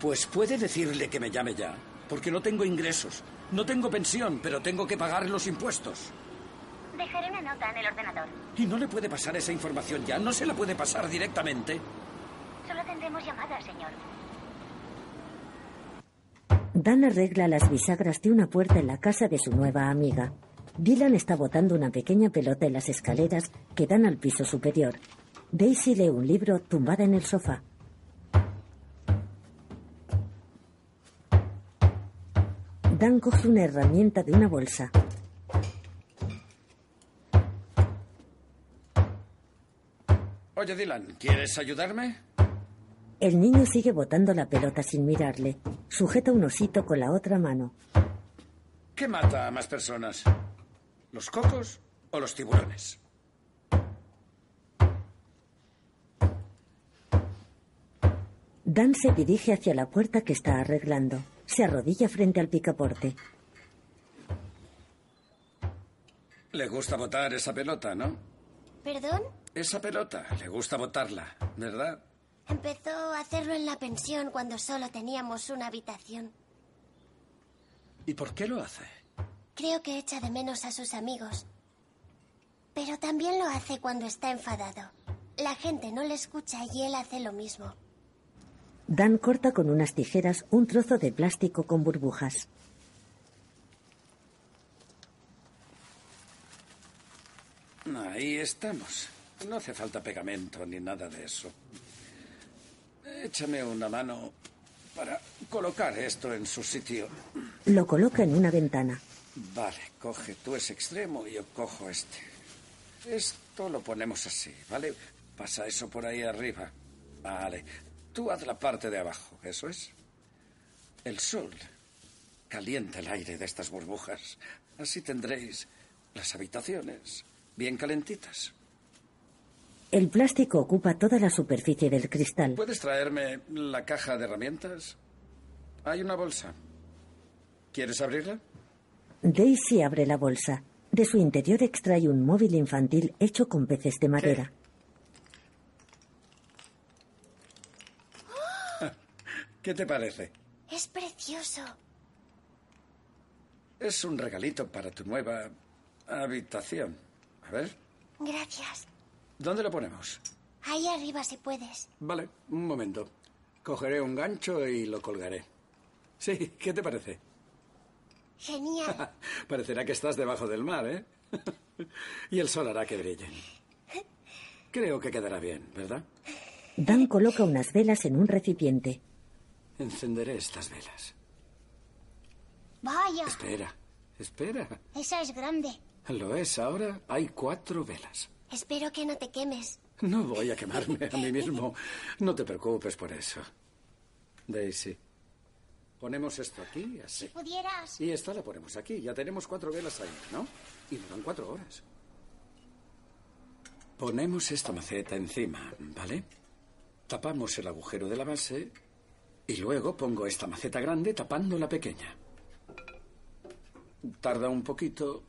Pues puede decirle que me llame ya, porque no tengo ingresos. No tengo pensión, pero tengo que pagar los impuestos. Dejaré una nota en el ordenador. Y no le puede pasar esa información ya, no se la puede pasar directamente. Solo tendremos llamadas, señor. Dan arregla las bisagras de una puerta en la casa de su nueva amiga. Dylan está botando una pequeña pelota en las escaleras que dan al piso superior. Daisy lee un libro tumbada en el sofá. Dan coge una herramienta de una bolsa. Oye, Dylan, ¿quieres ayudarme? El niño sigue botando la pelota sin mirarle. Sujeta un osito con la otra mano. ¿Qué mata a más personas? ¿Los cocos o los tiburones? Dan se dirige hacia la puerta que está arreglando. Se arrodilla frente al picaporte. Le gusta botar esa pelota, ¿no? ¿Perdón? Esa pelota, le gusta botarla, ¿verdad? Empezó a hacerlo en la pensión cuando solo teníamos una habitación. ¿Y por qué lo hace? Creo que echa de menos a sus amigos. Pero también lo hace cuando está enfadado. La gente no le escucha y él hace lo mismo. Dan corta con unas tijeras un trozo de plástico con burbujas. Ahí estamos. No hace falta pegamento ni nada de eso. Échame una mano para colocar esto en su sitio. Lo coloca en una ventana. Vale, coge tú ese extremo y yo cojo este. Esto lo ponemos así, ¿vale? Pasa eso por ahí arriba. Vale. Tú haz la parte de abajo, eso es. El sol calienta el aire de estas burbujas. Así tendréis las habitaciones bien calentitas. El plástico ocupa toda la superficie del cristal. ¿Puedes traerme la caja de herramientas? Hay una bolsa. ¿Quieres abrirla? Daisy abre la bolsa. De su interior extrae un móvil infantil hecho con peces de madera. ¿Qué te parece? Es precioso. Es un regalito para tu nueva habitación. A ver. Gracias. ¿Dónde lo ponemos? Ahí arriba si puedes. Vale, un momento. Cogeré un gancho y lo colgaré. Sí, ¿qué te parece? Genial. Parecerá que estás debajo del mar, ¿eh? y el sol hará que brillen. Creo que quedará bien, ¿verdad? Dan coloca unas velas en un recipiente. Encenderé estas velas. Vaya. Espera, espera. Esa es grande. Lo es, ahora hay cuatro velas. Espero que no te quemes. No voy a quemarme a mí mismo. No te preocupes por eso. Daisy, ponemos esto aquí, así. Si pudieras. Y esta la ponemos aquí. Ya tenemos cuatro velas ahí, ¿no? Y duran cuatro horas. Ponemos esta maceta encima, ¿vale? Tapamos el agujero de la base y luego pongo esta maceta grande tapando la pequeña. Tarda un poquito,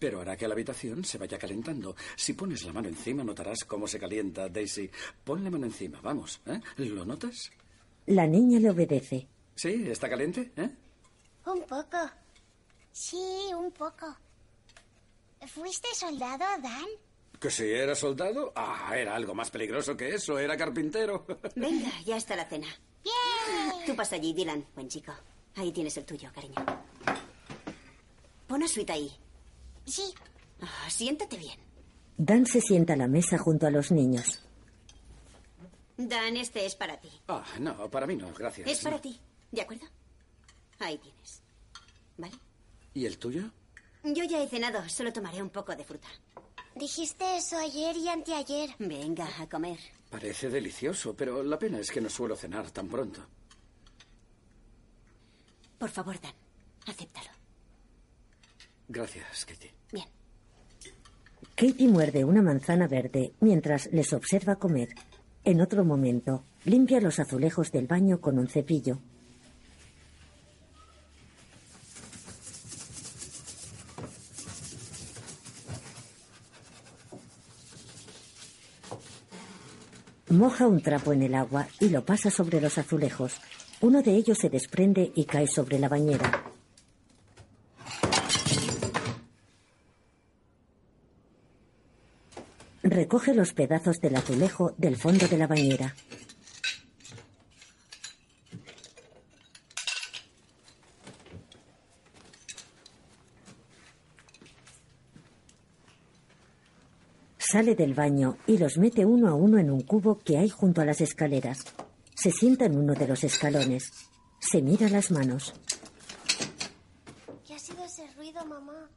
pero hará que la habitación se vaya calentando. Si pones la mano encima, notarás cómo se calienta, Daisy. Pon la mano encima, vamos. ¿eh? ¿Lo notas? La niña le obedece. ¿Sí? ¿Está caliente? ¿Eh? Un poco. Sí, un poco. ¿Fuiste soldado, Dan? ¿Que si era soldado? Ah, era algo más peligroso que eso. Era carpintero. Venga, ya está la cena. ¡Bien! Tú pasa allí, Dylan, buen chico. Ahí tienes el tuyo, cariño. Pon a suite ahí. Sí. Ah, siéntate bien. Dan se sienta a la mesa junto a los niños. Dan, este es para ti. Ah, no, para mí no, gracias. Es para no. ti, ¿de acuerdo? Ahí tienes. ¿Vale? ¿Y el tuyo? Yo ya he cenado, solo tomaré un poco de fruta. Dijiste eso ayer y anteayer. Venga, a comer. Parece delicioso, pero la pena es que no suelo cenar tan pronto. Por favor, Dan, acéptalo. Gracias, Katie. Bien. Katie muerde una manzana verde mientras les observa comer. En otro momento, limpia los azulejos del baño con un cepillo. Moja un trapo en el agua y lo pasa sobre los azulejos. Uno de ellos se desprende y cae sobre la bañera. Recoge los pedazos del azulejo del fondo de la bañera. Sale del baño y los mete uno a uno en un cubo que hay junto a las escaleras. Se sienta en uno de los escalones. Se mira las manos. ¿Qué ha sido ese ruido, mamá?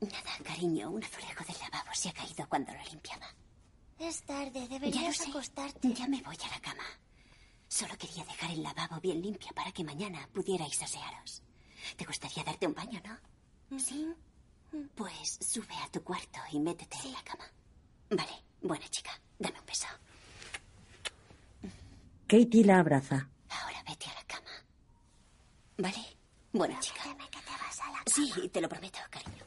Nada, cariño, un azulejo del lavabo se ha caído cuando lo limpiaba. Es tarde, Ya lo deberías sé. acostarte. Ya me voy a la cama. Solo quería dejar el lavabo bien limpio para que mañana pudierais asearos. ¿Te gustaría darte un baño, no? Sí. Pues sube a tu cuarto y métete en la cama. Vale, buena chica, dame un beso. Katie la abraza. Ahora vete a la cama. ¿Vale? Buena chica. Sí, te lo prometo, cariño.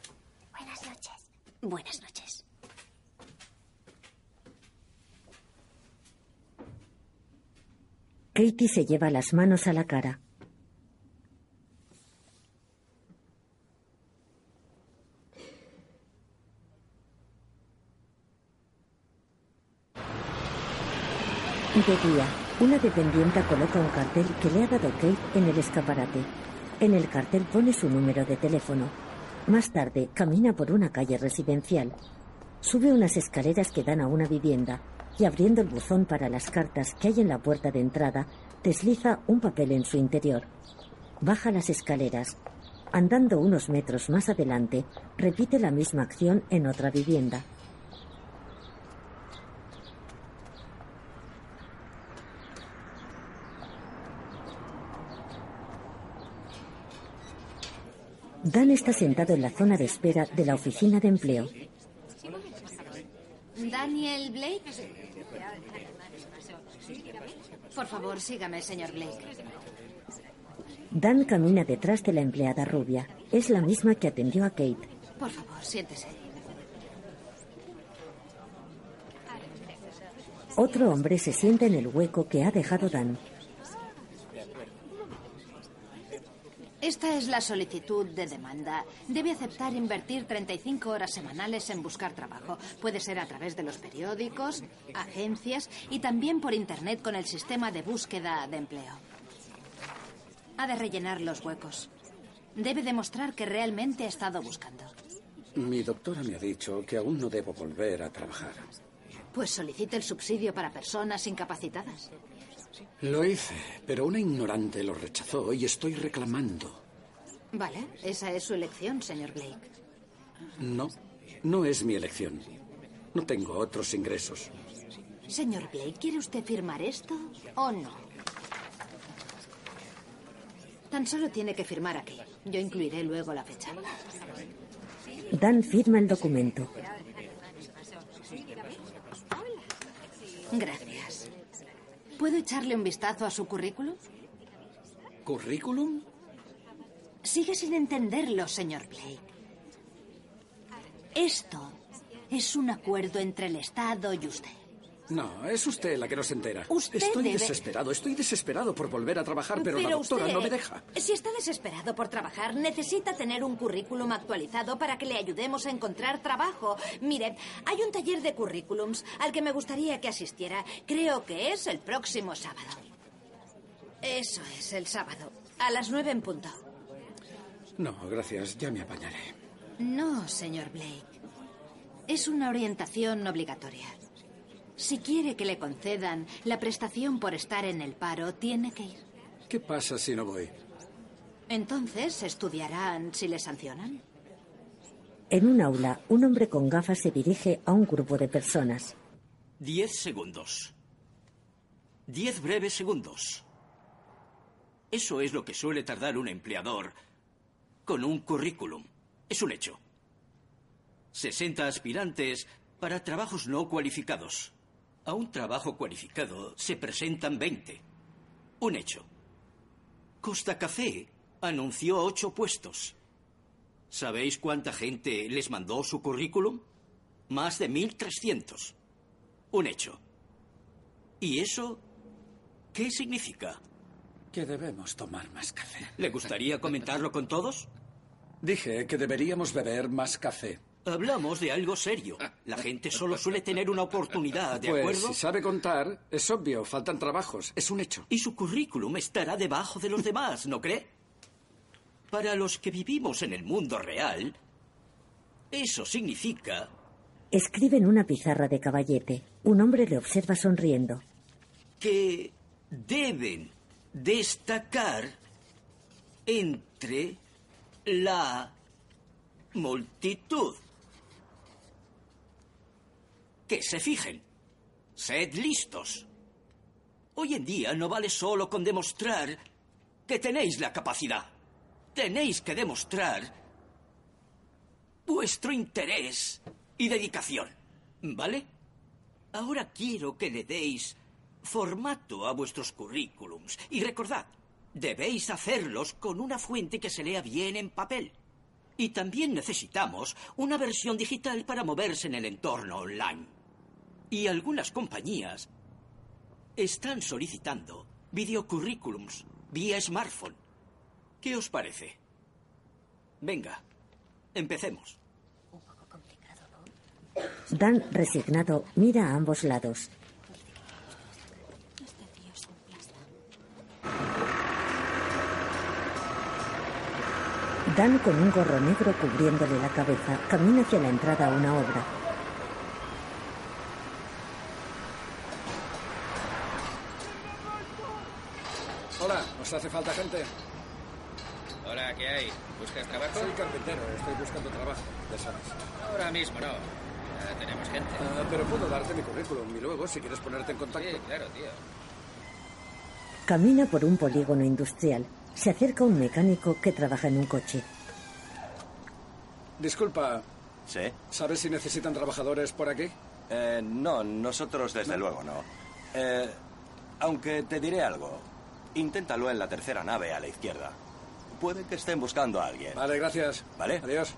Buenas noches. Buenas noches. Katie se lleva las manos a la cara. De día, una dependienta coloca un cartel que le ha dado Kate en el escaparate. En el cartel pone su número de teléfono. Más tarde, camina por una calle residencial. Sube unas escaleras que dan a una vivienda y abriendo el buzón para las cartas que hay en la puerta de entrada, desliza un papel en su interior. Baja las escaleras. Andando unos metros más adelante, repite la misma acción en otra vivienda. Dan está sentado en la zona de espera de la oficina de empleo. Daniel Blake. Por favor, sígame, señor Blake. Dan camina detrás de la empleada rubia. Es la misma que atendió a Kate. Por favor, siéntese. Otro hombre se sienta en el hueco que ha dejado Dan. Esta es la solicitud de demanda. Debe aceptar invertir 35 horas semanales en buscar trabajo. Puede ser a través de los periódicos, agencias y también por Internet con el sistema de búsqueda de empleo. Ha de rellenar los huecos. Debe demostrar que realmente ha estado buscando. Mi doctora me ha dicho que aún no debo volver a trabajar. Pues solicite el subsidio para personas incapacitadas. Lo hice, pero una ignorante lo rechazó y estoy reclamando. Vale, esa es su elección, señor Blake. No, no es mi elección. No tengo otros ingresos. Señor Blake, ¿quiere usted firmar esto o no? Tan solo tiene que firmar aquí. Yo incluiré luego la fecha. Dan firma el documento. Gracias. ¿Puedo echarle un vistazo a su currículum? ¿Currículum? Sigue sin entenderlo, señor Blake. Esto es un acuerdo entre el Estado y usted. No, es usted la que no se entera. Usted estoy debe- desesperado, estoy desesperado por volver a trabajar, pero, la doctora usted, no me deja. Si está desesperado por trabajar, necesita tener un currículum actualizado para que le ayudemos a encontrar trabajo. Mire, hay un taller de currículums al que me gustaría que asistiera. Creo que es el próximo sábado. Eso es, el sábado, a las nueve en punto. No, gracias, ya me apañaré. No, señor Blake. Es una orientación obligatoria. Si quiere que le concedan la prestación por estar en el paro, tiene que ir. ¿Qué pasa si no voy? Entonces, ¿estudiarán si le sancionan? En un aula, un hombre con gafas se dirige a un grupo de personas. Diez segundos. Diez breves segundos. Eso es lo que suele tardar un empleador con un currículum. Es un hecho. 60 aspirantes para trabajos no cualificados. A un trabajo cualificado se presentan 20. Un hecho. Costa Café anunció ocho puestos. ¿Sabéis cuánta gente les mandó su currículum? Más de 1.300. Un hecho. ¿Y eso qué significa? Que debemos tomar más café. ¿Le gustaría comentarlo con todos? Dije que deberíamos beber más café. Hablamos de algo serio. La gente solo suele tener una Ah, oportunidad, ¿de pues acuerdo? si sabe contar, es obvio, faltan trabajos, es un hecho. Y su currículum estará debajo de los demás, ¿no cree? Para los que vivimos en el mundo real, eso significa Escribe en una pizarra de caballete. Un hombre le observa sonriendo. que deben destacar entre la multitud. Que se fijen. Sed listos. Hoy en día no vale solo con demostrar que tenéis la capacidad. Tenéis que demostrar vuestro interés y dedicación. ¿Vale? Ahora quiero que le deis formato a vuestros currículums. Y recordad, debéis hacerlos con una fuente que se lea bien en papel. Y también necesitamos una versión digital para moverse en el entorno online. Y algunas compañías están solicitando videocurrículums vía smartphone. ¿Qué os parece? Venga, empecemos. Dan, resignado, mira a ambos lados. Dan, con un gorro negro cubriéndole la cabeza, camina hacia la entrada a una obra. Hola, ¿os hace falta gente? Hola, ¿qué hay? ¿Buscas trabajo? Soy carpintero, estoy buscando trabajo, ya sabes. Ahora mismo no. Ya tenemos gente. Ah, pero puedo darte mi currículum y luego, si quieres ponerte en contacto. Sí, claro, tío. Camina por un polígono industrial. Se acerca un mecánico que trabaja en un coche. Disculpa, ¿Sí? ¿sabes si necesitan trabajadores por aquí? Eh, no, nosotros desde luego no. Eh, aunque te diré algo. Inténtalo en la tercera nave a la izquierda. Puede que estén buscando a alguien. Vale, gracias. ¿Vale? Adiós.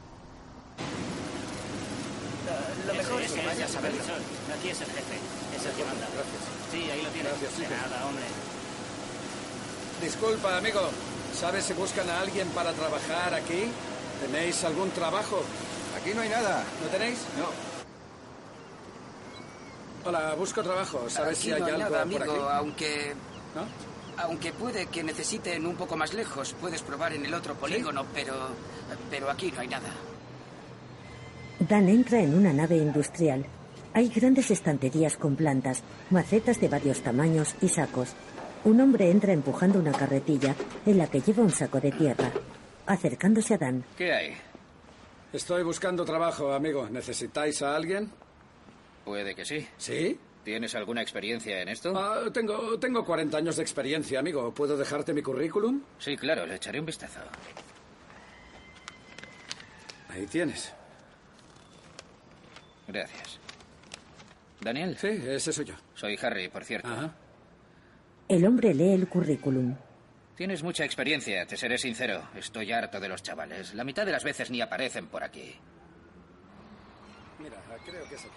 Lo mejor es que vayas a verlo. Aquí es el jefe. Es el que manda. Gracias. Sí, ahí lo tienes. Gracias, sí, De sí. nada, hombre. Disculpa, amigo. ¿Sabes si buscan a alguien para trabajar aquí? ¿Tenéis algún trabajo? Aquí no hay nada. ¿No tenéis? No. Hola, busco trabajo. Pues ¿Sabes Aquí si hay no hay algo nada, por amigo, aquí? aunque... Aunque puede que necesiten un poco más lejos, puedes probar en el otro polígono, pero pero aquí no hay nada. Dan entra en una nave industrial. Hay grandes estanterías con plantas, macetas de varios tamaños y sacos. Un hombre entra empujando una carretilla en la que lleva un saco de tierra. Acercándose a Dan, ¿Qué hay? Estoy buscando trabajo, amigo. ¿Necesitáis a alguien? Puede que sí. ¿Sí? ¿Tienes alguna experiencia en esto? Ah, tengo, tengo 40 años de experiencia, amigo. ¿Puedo dejarte mi currículum? Sí, claro, le echaré un vistazo. Ahí tienes. Gracias. ¿Daniel? Sí, ese soy yo. Soy Harry, por cierto. el hombre lee el currículum. Tienes mucha experiencia, te seré sincero. Estoy harto de los chavales. La mitad de las veces ni aparecen por aquí. Mira, creo que es aquí.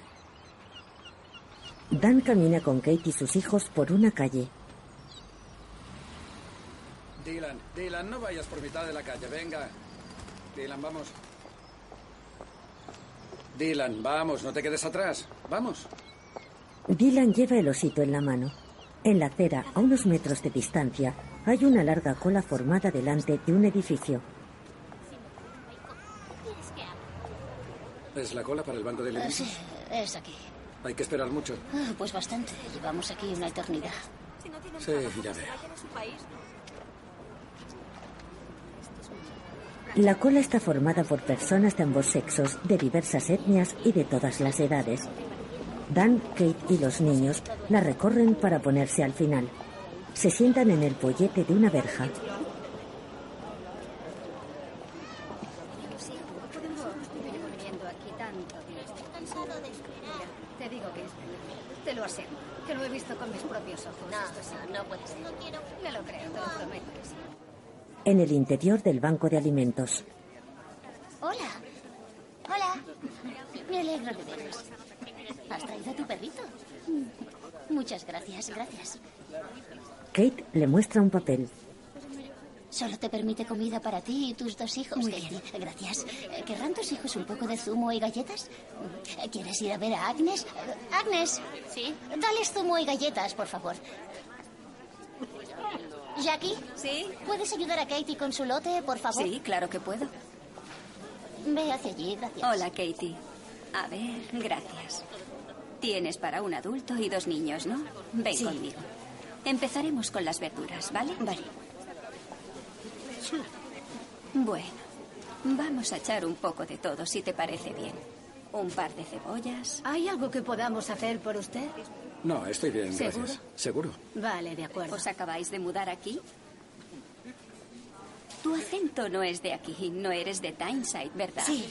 Dan camina con Kate y sus hijos por una calle. Dylan, Dylan, no vayas por mitad de la calle, venga. Dylan, vamos. Dylan, vamos, no te quedes atrás. Vamos. Dylan lleva el osito en la mano. En la acera, a unos metros de distancia, hay una larga cola formada delante de un edificio. ¿Es la cola para el banco Ah, de alimentos? Sí, es aquí. Hay que esperar mucho. Ah, pues bastante. Llevamos aquí una eternidad. Sí, ya veo. La cola está formada por personas de ambos sexos, de diversas etnias y de todas las edades. Dan, Kate y los niños la recorren para ponerse al final. Se sientan en el pollete de una verja. Te digo que es verdad. Te lo aseguro. Que lo he visto con mis propios ojos. No, no, puede ser. No quiero. Me lo creo, te lo prometo que sí. En el interior del banco de alimentos, Hola. Hola. Me alegro de veros. ¿Has traído a tu perrito? Mm. Muchas gracias, gracias. Kate le muestra un papel. Solo te permite comida para ti y tus dos hijos. Muy bien, gracias. Eh, ¿Querrán tus hijos un poco de zumo y galletas? Mm. ¿Quieres ir a ver a Agnes? Eh, Agnes. Sí. Dales zumo y galletas, por favor. Jackie. Sí. ¿Puedes ayudar a Katie con su lote, por favor? Sí, claro que puedo. Ve hacia allí, gracias. Hola, Katie. A ver, gracias. Tienes para un adulto y dos niños, ¿no? Ven Sí. conmigo. Empezaremos con las verduras, ¿vale? Vale. Bueno, vamos a echar un poco de todo, si te parece bien. Un par de cebollas. ¿Hay algo que podamos hacer por usted? No, estoy bien, ¿Seguro? gracias. ¿Seguro? Vale, de acuerdo. ¿Os acabáis de mudar aquí? Tu acento no es de aquí, no eres de Tyneside, ¿verdad? Sí,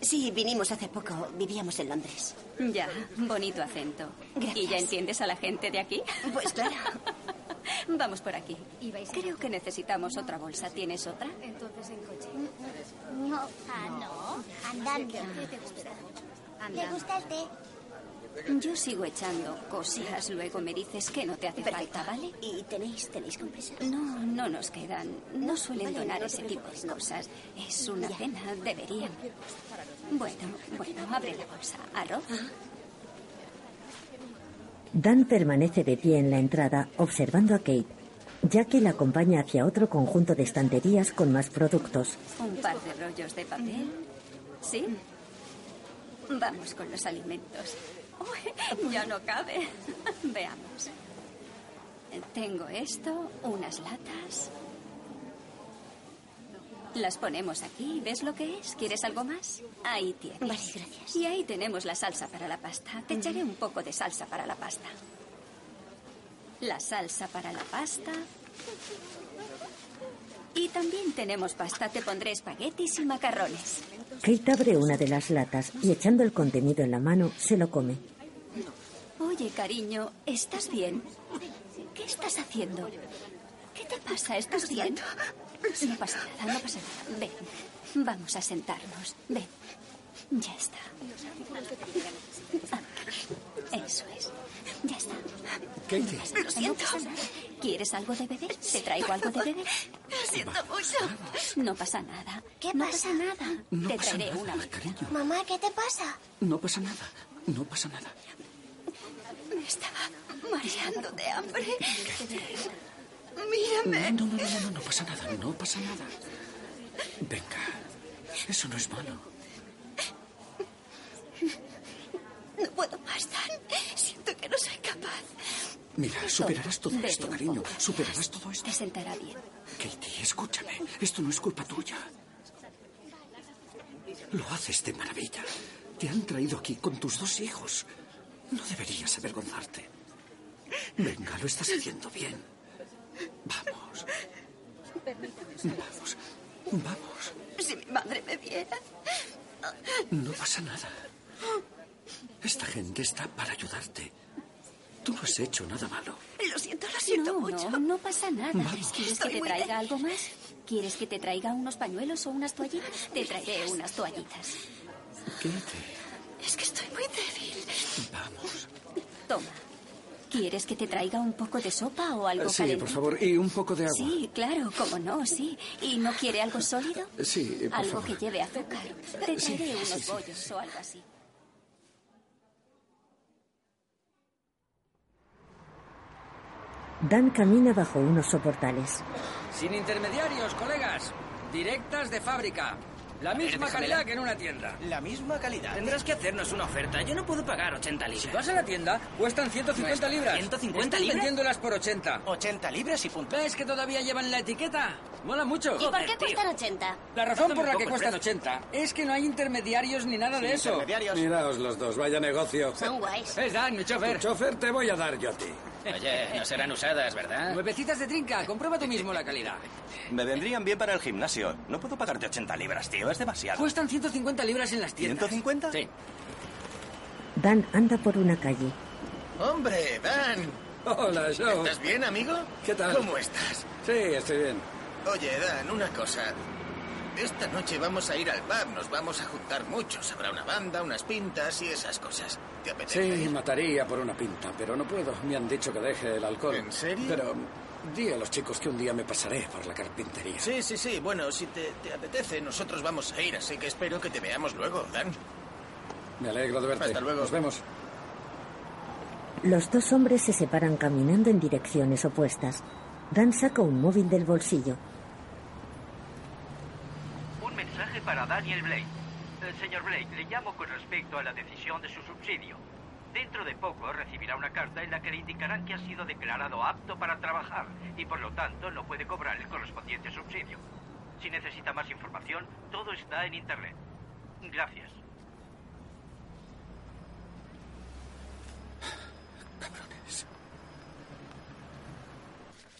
sí, vinimos hace poco. Vivíamos en Londres. Ya, bonito acento. ¿Y ya entiendes a la gente de aquí? Pues claro. Vamos por aquí. Creo que necesitamos otra bolsa. ¿Tienes otra? Entonces en coche. No, ah, no. Andando. ¿Le gusta el té? Yo sigo echando cosas, luego me dices que no te hace falta, ¿vale? ¿Y tenéis, tenéis compresa? No, no nos quedan. No, suelen vale, donar no te ese tipo de cosas. Es una Ya. pena, deberían. Bueno, bueno, abre la bolsa. ¿Arroz? Dan permanece de pie en la entrada observando a Kate. Jackie la acompaña hacia otro conjunto de estanterías con más productos. Un par de rollos de papel. ¿Sí? Vamos con los alimentos. Uy, ya no cabe. Veamos. Tengo esto, unas latas. Las ponemos aquí. ¿Ves lo que es? ¿Quieres algo más? Ahí tienes. Vale, gracias. Y ahí tenemos la salsa para la pasta. Te echaré un poco de salsa para la pasta. La salsa para la pasta. Y también tenemos pasta. Te pondré espaguetis y macarrones. Kate abre una de las latas y echando el contenido en la mano se lo come. Oye, cariño, ¿estás bien? ¿Qué estás haciendo? ¿Qué te pasa? ¿Estás bien? No pasa nada, no pasa nada. Ven, vamos a sentarnos. Ven. Ya está. Eso es. Ya está. Katie. Lo siento. ¿Quieres algo de beber? ¿Te traigo algo de beber? Lo siento mucho. No pasa nada. ¿Qué No pasa? pasa nada. No Te pasa traeré nada, una cariño. Mamá, ¿qué te pasa? No pasa nada, no pasa nada. Me estaba mareando de hambre. No, Mírame. no, no, no, no, no pasa nada, no pasa nada. Venga, eso no es malo. No puedo más, Dan. Siento que no soy capaz. Mira, superarás todo Vete esto, un cariño. Superarás todo esto. Te sentará bien. Katie, escúchame. Esto no es culpa tuya. Lo haces de maravilla. Te han traído aquí con tus dos hijos. No deberías avergonzarte. Venga, lo estás haciendo bien. Vamos. Vamos. Vamos. Si mi madre me viera. No pasa nada. Esta gente está para ayudarte. Tú no has hecho nada malo. Lo siento, lo siento mucho. No, no pasa nada. Vamos. ¿Quieres Estoy que te muy traiga algo más? ¿Quieres que te traiga unos pañuelos o unas toallitas? Te traeré unas toallitas. Katie, Es que estoy muy débil. vamos. Toma. ¿Quieres que te traiga un poco de sopa o algo Eh, Sí, calentito? por favor, y un poco de agua. Sí, claro, cómo no, sí. ¿Y no quiere algo sólido? Sí, por algo favor. que lleve azúcar. Te Sí, traeré unos sí, sí, bollos o algo así. Dan camina bajo unos soportales. Sin intermediarios, colegas. Directas de fábrica. La misma déjamela. calidad que en una tienda. La misma calidad. Tendrás que hacernos una oferta. Yo no puedo pagar 80 libras. Vas a la tienda, cuestan 150 Cuesta libras. 150 Están libras. vendiéndolas por 80. 80 libras y punto. ¿Ves que todavía llevan la etiqueta? Mola mucho. ¿Y por qué cuestan 80? La razón por la que Tampoco cuestan 80 es que no hay intermediarios ni nada de Sin eso. intermediarios. Miraos los dos, vaya negocio. Son guays. Es Dan, mi chofer. Tu chofer te voy a dar yo a ti. Oye, no serán usadas, ¿verdad? Nuevecitas de trinca, comprueba tú mismo la calidad. Me vendrían bien para el gimnasio. No puedo pagarte 80 libras, tío. Es demasiado. Cuestan 150 libras en las tiendas. ¿150? Sí. Dan anda por una calle. Hombre, Dan. Hola, Joe. ¿Estás bien, amigo? ¿Qué tal? ¿Cómo estás? Sí, estoy bien. Oye, Dan, una cosa. Esta noche vamos a ir al pub, nos vamos a juntar muchos. Habrá una banda, unas pintas y esas cosas. ¿Te apetece? Sí, ir? mataría por una pinta, pero no puedo. Me han dicho que deje el alcohol. ¿En serio? Pero di a los chicos que un día me pasaré por la carpintería. Sí, sí, sí. Bueno, si te, te apetece, nosotros vamos a ir, así que espero que te veamos luego, Dan. Me alegro de verte. Hasta luego. Nos vemos. Los dos hombres se separan caminando en direcciones opuestas. Dan saca un móvil del bolsillo. Un mensaje para Daniel Blake. el Eh, señor Blake. Le llamo con respecto a la decisión de su subsidio. Dentro de poco recibirá una carta en la que le indicarán que ha sido declarado apto para trabajar y por lo tanto no puede cobrar el correspondiente subsidio. Si necesita más información, todo está en Internet. Gracias.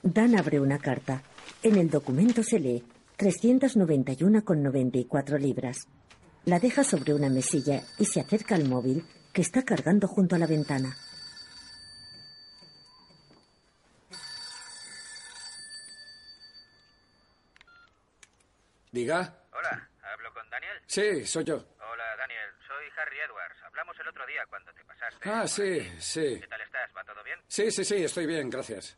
Dan abre una carta. En el documento se lee 391,94 libras. La deja sobre una mesilla y se acerca al móvil que está cargando junto a la ventana. Diga. Hola, ¿hablo con Daniel? Sí, soy yo. Hola, Daniel. Soy Harry Edwards. Hablamos el otro día cuando te pasaste. Ah, sí, sí. ¿Qué tal estás? ¿Va todo bien? Sí, sí, sí, estoy bien, gracias.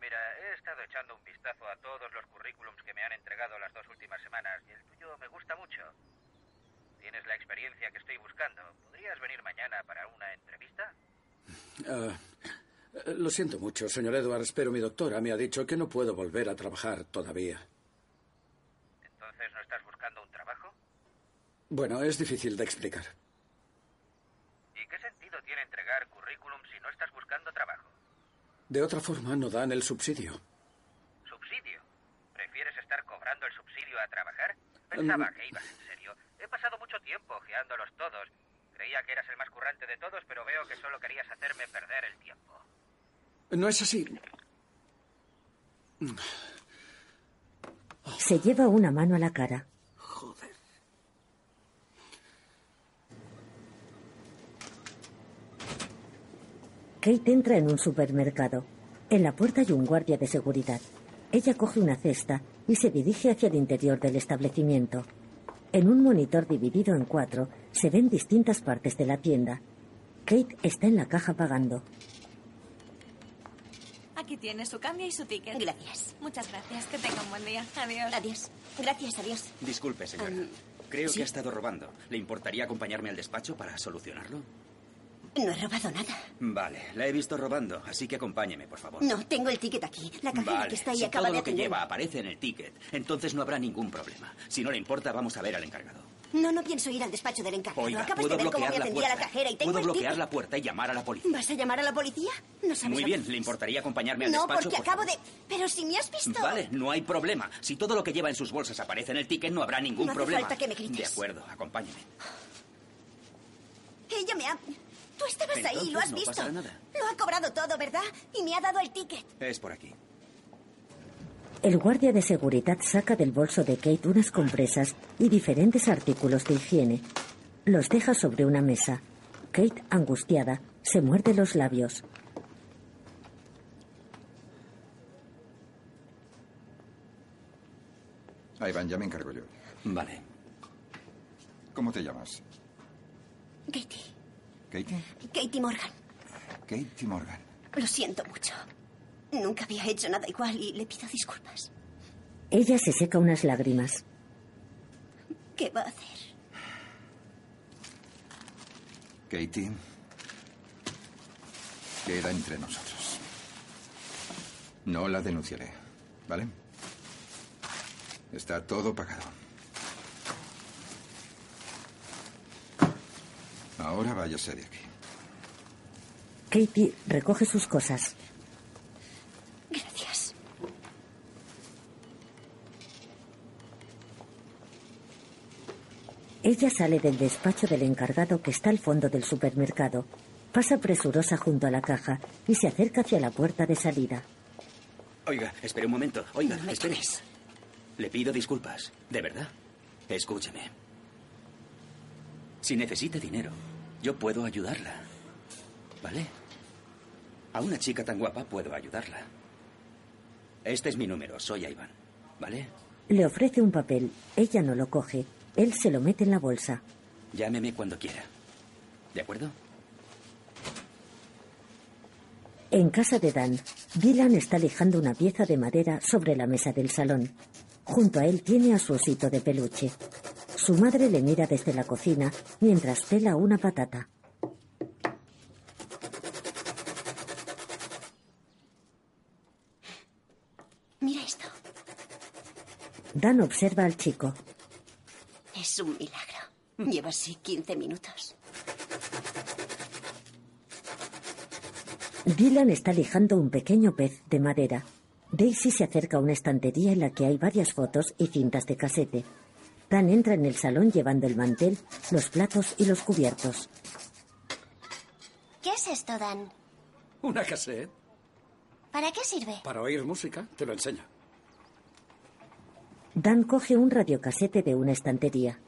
Mira, he estado echando un vistazo a todos los currículums que me han entregado las dos últimas semanas y el tuyo me gusta mucho. Tienes la experiencia que estoy buscando. ¿Podrías venir mañana para una entrevista? Ah, eh, lo siento mucho, señor Edwards, pero mi doctora me ha dicho que no puedo volver a trabajar todavía. Entonces, ¿no estás buscando un trabajo? Bueno, es difícil de explicar. ¿Y qué sentido tiene entregar currículum si no estás buscando trabajo? De otra forma, no dan el subsidio. ¿Subsidio? ¿Prefieres estar cobrando el subsidio a trabajar? Pensaba Mm. que ibas en serio. He pasado mucho tiempo ojeándolos todos. Creía que eras el más currante de todos, pero veo que solo querías hacerme perder el tiempo. No es así. Se lleva una mano a la cara. Joder. Kate entra en un supermercado. En la puerta hay un guardia de seguridad. Ella coge una cesta y se dirige hacia el interior del establecimiento. En un monitor dividido en cuatro se ven distintas partes de la tienda. Kate está en la caja pagando. Aquí tiene su cambio y su ticket. Gracias. Muchas gracias. Que tenga un buen día. Adiós. Adiós. Gracias, adiós. Disculpe, señora. Um, Creo sí. que ha estado robando. ¿Le importaría acompañarme al despacho para solucionarlo? No he robado nada. Vale, la he visto robando, así que acompáñeme, por favor. No, tengo el ticket aquí. La cajera Vale, que está ahí si acaba todo de lo que atender. lleva aparece en el ticket, entonces no habrá ningún problema. Si no le importa, vamos a ver al encargado. No, no pienso ir al despacho del encargado. Oiga, Acabas puedo de ver cómo bloquear me la atendía puerta. la cajera y tengo puedo el bloquear ticket. la puerta y llamar a la policía. ¿Vas a llamar a la policía? No sabes Muy lo bien, que- ¿le importaría acompañarme al No, despacho? porque por acabo favor? de... Pero si me has visto... Vale, no hay problema. Si todo lo que lleva en sus bolsas aparece en el ticket, no habrá ningún No hace problema. falta que me grites. De acuerdo, acompáñeme. Ella me ha... Tú estabas ahí, Mm. Entonces lo has no visto. pasará nada. Lo ha cobrado todo, ¿verdad? Y me ha dado el ticket. Es por aquí. El guardia de seguridad saca del bolso de Kate unas compresas y diferentes artículos de higiene. Los deja sobre una mesa. Kate, angustiada, se muerde los labios. Ahí van, ya me encargo yo. Vale. ¿Cómo te llamas? Katie. ¿Katie? Katie Morgan. Katie Morgan. Lo siento mucho. Nunca había hecho nada igual y le pido disculpas. Ella se seca unas lágrimas. ¿Qué va a hacer? Katie. Queda entre nosotros. No la denunciaré, ¿vale? Está todo pagado. Ahora váyase de aquí. Katie recoge sus cosas. Gracias. Ella sale del despacho del encargado que está al fondo del supermercado. Pasa presurosa junto a la caja y se acerca hacia la puerta de salida. Oiga, espere un momento. Oiga, espere. Le pido disculpas. ¿De verdad? Escúcheme. Si necesita dinero, yo puedo ayudarla. ¿Vale? A una chica tan guapa puedo ayudarla. Este es mi número. Soy Iván. ¿Vale? Le ofrece un papel. Ella no lo coge. Él se lo mete en la bolsa. Llámeme cuando quiera. ¿De acuerdo? En casa de Dan, Dylan está lijando una pieza de madera sobre la mesa del salón. Junto a él tiene a su osito de peluche. Su madre le mira desde la cocina mientras pela una patata. Mira esto. Dan observa al chico. Es un milagro. Mm. Lleva así 15 minutos. Dylan está lijando un pequeño pez de madera. Daisy se acerca a una estantería en la que hay varias fotos y cintas de casete. Dan entra en el salón llevando el mantel, los platos y los cubiertos. ¿Qué es esto, Dan? Una cassette. ¿Para qué sirve? Para oír música, te lo enseño. Dan coge un radiocasete de una estantería.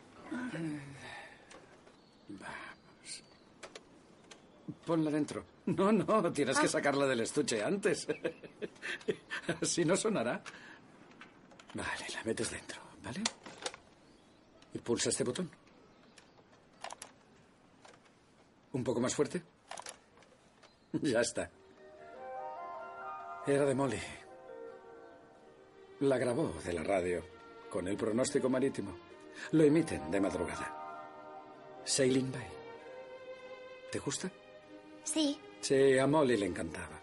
Ponla dentro. No, no, tienes que Ah. sacarla del estuche antes. Así no sonará. Vale, la metes dentro, ¿vale? Y pulsa este botón. Un poco más fuerte. Ya está. Era de Molly. La grabó de la radio, con el pronóstico marítimo. Lo emiten de madrugada. Sailing Bay. ¿Te gusta? Sí. Sí, a Molly le encantaba.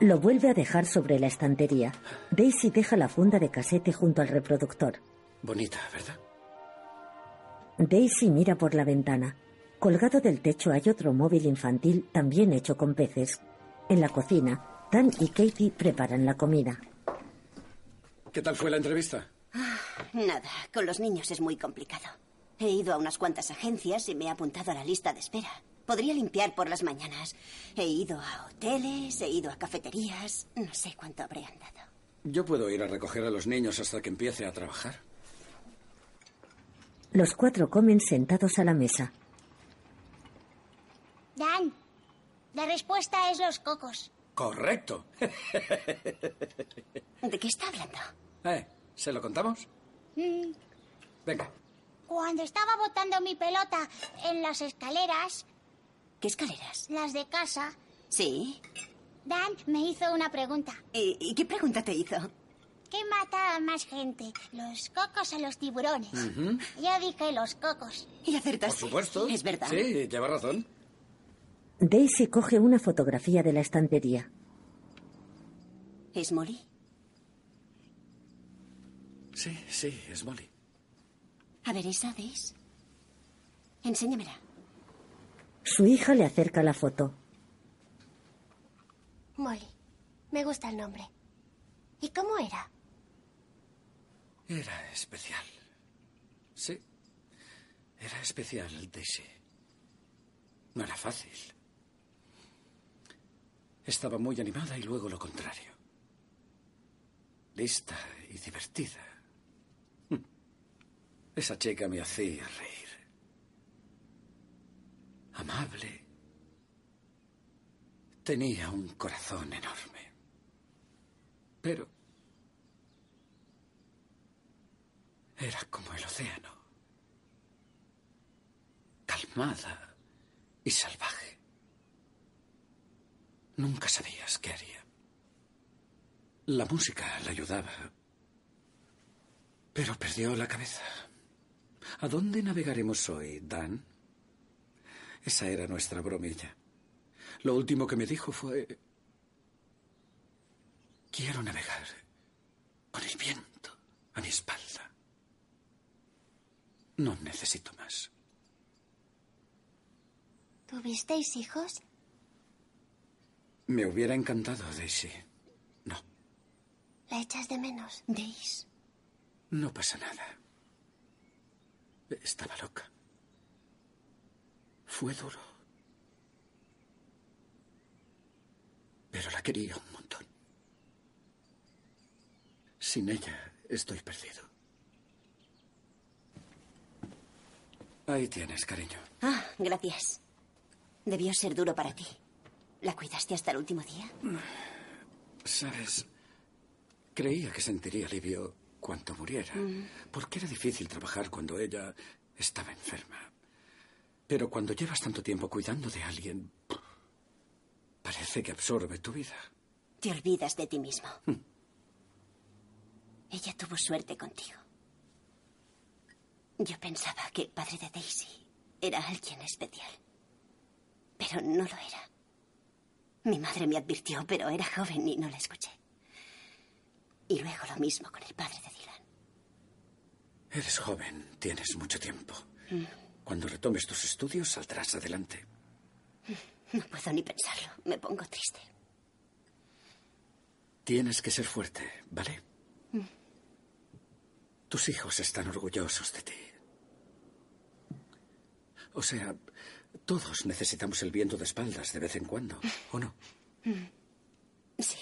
Lo vuelve a dejar sobre la estantería. Daisy deja la funda de casete junto al reproductor. Bonita, ¿verdad? Daisy mira por la ventana. Colgado del techo hay otro móvil infantil también hecho con peces. En la cocina, Dan y Katie preparan la comida. ¿Qué tal fue la entrevista? Nada, con los niños es muy complicado. He ido a unas cuantas agencias y me he apuntado a la lista de espera. Podría limpiar por las mañanas. He ido a hoteles, he ido a cafeterías. No sé cuánto habré andado. Yo puedo ir a recoger a los niños hasta que empiece a trabajar. Los cuatro comen sentados a la mesa. Dan, la respuesta es los cocos. Correcto. ¿De qué está hablando? Eh, ¿se lo contamos? Mm, Venga. Cuando estaba botando mi pelota en las escaleras, ¿Qué escaleras? las de casa, Sí. Dan me hizo una pregunta. ¿Y, y qué pregunta te hizo? ¿Qué mata a más gente, los cocos o los tiburones? Yo dije los cocos. Y acertaste. Por supuesto. Ah, Es verdad. Sí, lleva razón. Daisy coge una fotografía de la estantería. ¿Es Molly? Sí, sí, es Molly. A ver, ¿esa de es? Enséñamela. Su hija le acerca la foto. Molly, me gusta el nombre. ¿Y cómo era? Era especial. Sí. Era especial, Daisy. No era fácil. Estaba muy animada y luego lo contrario. Lista y divertida. Hm. Esa chica me hacía reír. Amable. Tenía un corazón enorme. Pero Era como el océano. Calmada y salvaje. Nunca sabías qué haría. La música la ayudaba. Pero perdió la cabeza. ¿A dónde navegaremos hoy, Dan? Esa era nuestra bromilla. Lo último que me dijo fue... Quiero navegar con el viento a mi espalda. No necesito más. ¿Tuvisteis hijos? Me hubiera encantado, Daisy. ¿La echas de menos? Deis. No pasa nada. Estaba loca. Fue duro. Pero la quería un montón. Sin ella estoy perdido. Ahí tienes, cariño. Ah, gracias. Debió ser duro para ti. ¿La cuidaste hasta el último día? Sabes, creía que sentiría alivio cuando muriera. Mm. Porque era difícil trabajar cuando ella estaba enferma. Pero cuando llevas tanto tiempo cuidando de alguien, parece que absorbe tu vida. Te olvidas de ti mismo. Ella tuvo suerte contigo. Yo pensaba que el padre de Daisy era alguien especial. Pero no lo era. Mi madre me advirtió, pero era joven y no la escuché. Y luego lo mismo con el padre de Dylan. Eres joven, tienes mucho tiempo. Cuando retomes tus estudios, saldrás adelante. No puedo ni pensarlo. Me pongo triste. Tienes que ser fuerte, ¿vale? Mm. Tus hijos están orgullosos de ti. O sea, todos necesitamos el viento de espaldas de vez en cuando, ¿o no? Mm. Sí.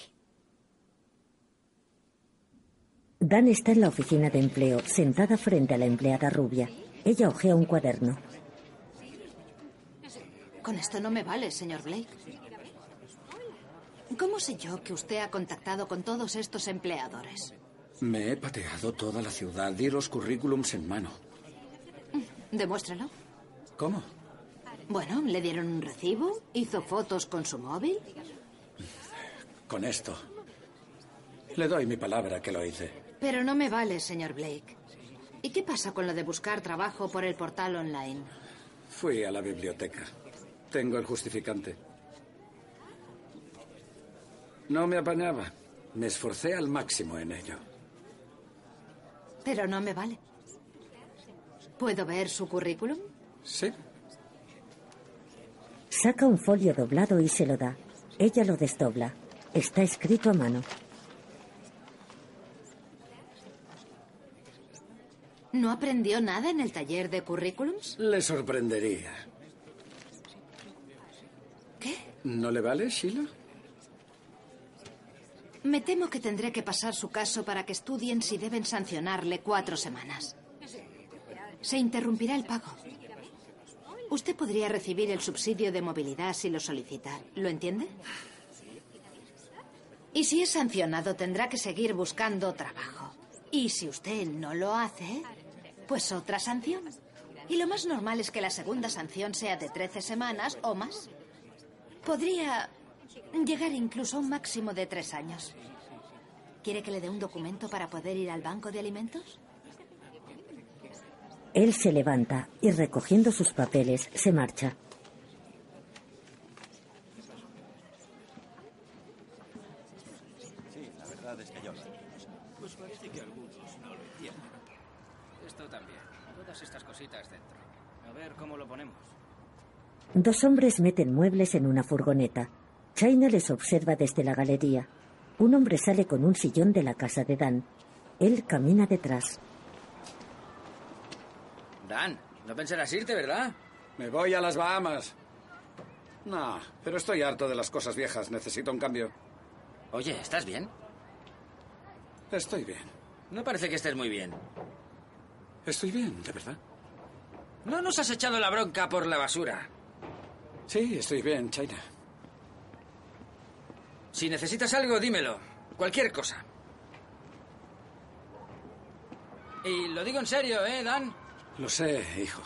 Dan está en la oficina de empleo, sentada frente a la empleada rubia. Ella ojea un cuaderno. Con esto no me vale, señor Blake. ¿Cómo sé yo que usted ha contactado con todos estos empleadores? Me he pateado toda la ciudad y los currículums en mano. Demuéstralo. ¿Cómo? Bueno, le dieron un recibo, hizo fotos con su móvil. Con esto. Le doy mi palabra que lo hice. Pero no me vale, señor Blake. ¿Y qué pasa con lo de buscar trabajo por el portal online? Fui a la biblioteca. Tengo el justificante. No me apañaba. Me esforcé al máximo en ello. Pero no me vale. ¿Puedo ver su currículum? Sí. Saca un folio doblado y se lo da. Ella lo desdobla. Está escrito a mano. ¿No aprendió nada en el taller de currículums? Le sorprendería. ¿Qué? ¿No le vale, Sheila? Me temo que tendré que pasar su caso para que estudien si deben sancionarle cuatro semanas. Se interrumpirá el pago. Usted podría recibir el subsidio de movilidad si lo solicita. ¿Lo entiende? Y si es sancionado, tendrá que seguir buscando trabajo. Y si usted no lo hace, pues otra sanción. Y lo más normal es que la segunda sanción sea de 13 semanas o más. Podría llegar incluso a un máximo de tres años. ¿Quiere que le dé un documento para poder ir al banco de alimentos? Él se levanta y recogiendo sus papeles se marcha. Sí, la verdad es que yo lo entiendo. Pues parece que algunos no lo entienden. Esto también. Todas estas cositas dentro. A ver cómo lo ponemos. Dos hombres meten muebles en una furgoneta. China les observa desde la galería. Un hombre sale con un sillón de la casa de Dan. Él camina detrás. Dan, no pensarás irte, ¿verdad? Me voy a las Bahamas. No, pero estoy harto de las cosas viejas. Necesito un cambio. Oye, ¿estás bien? Estoy bien. No parece que estés muy bien. Estoy bien, de verdad. No nos has echado la bronca por la basura. Sí, estoy bien, China. Si necesitas algo, dímelo. Cualquier cosa. Y lo digo en serio, ¿eh, Dan? Lo sé, hijo.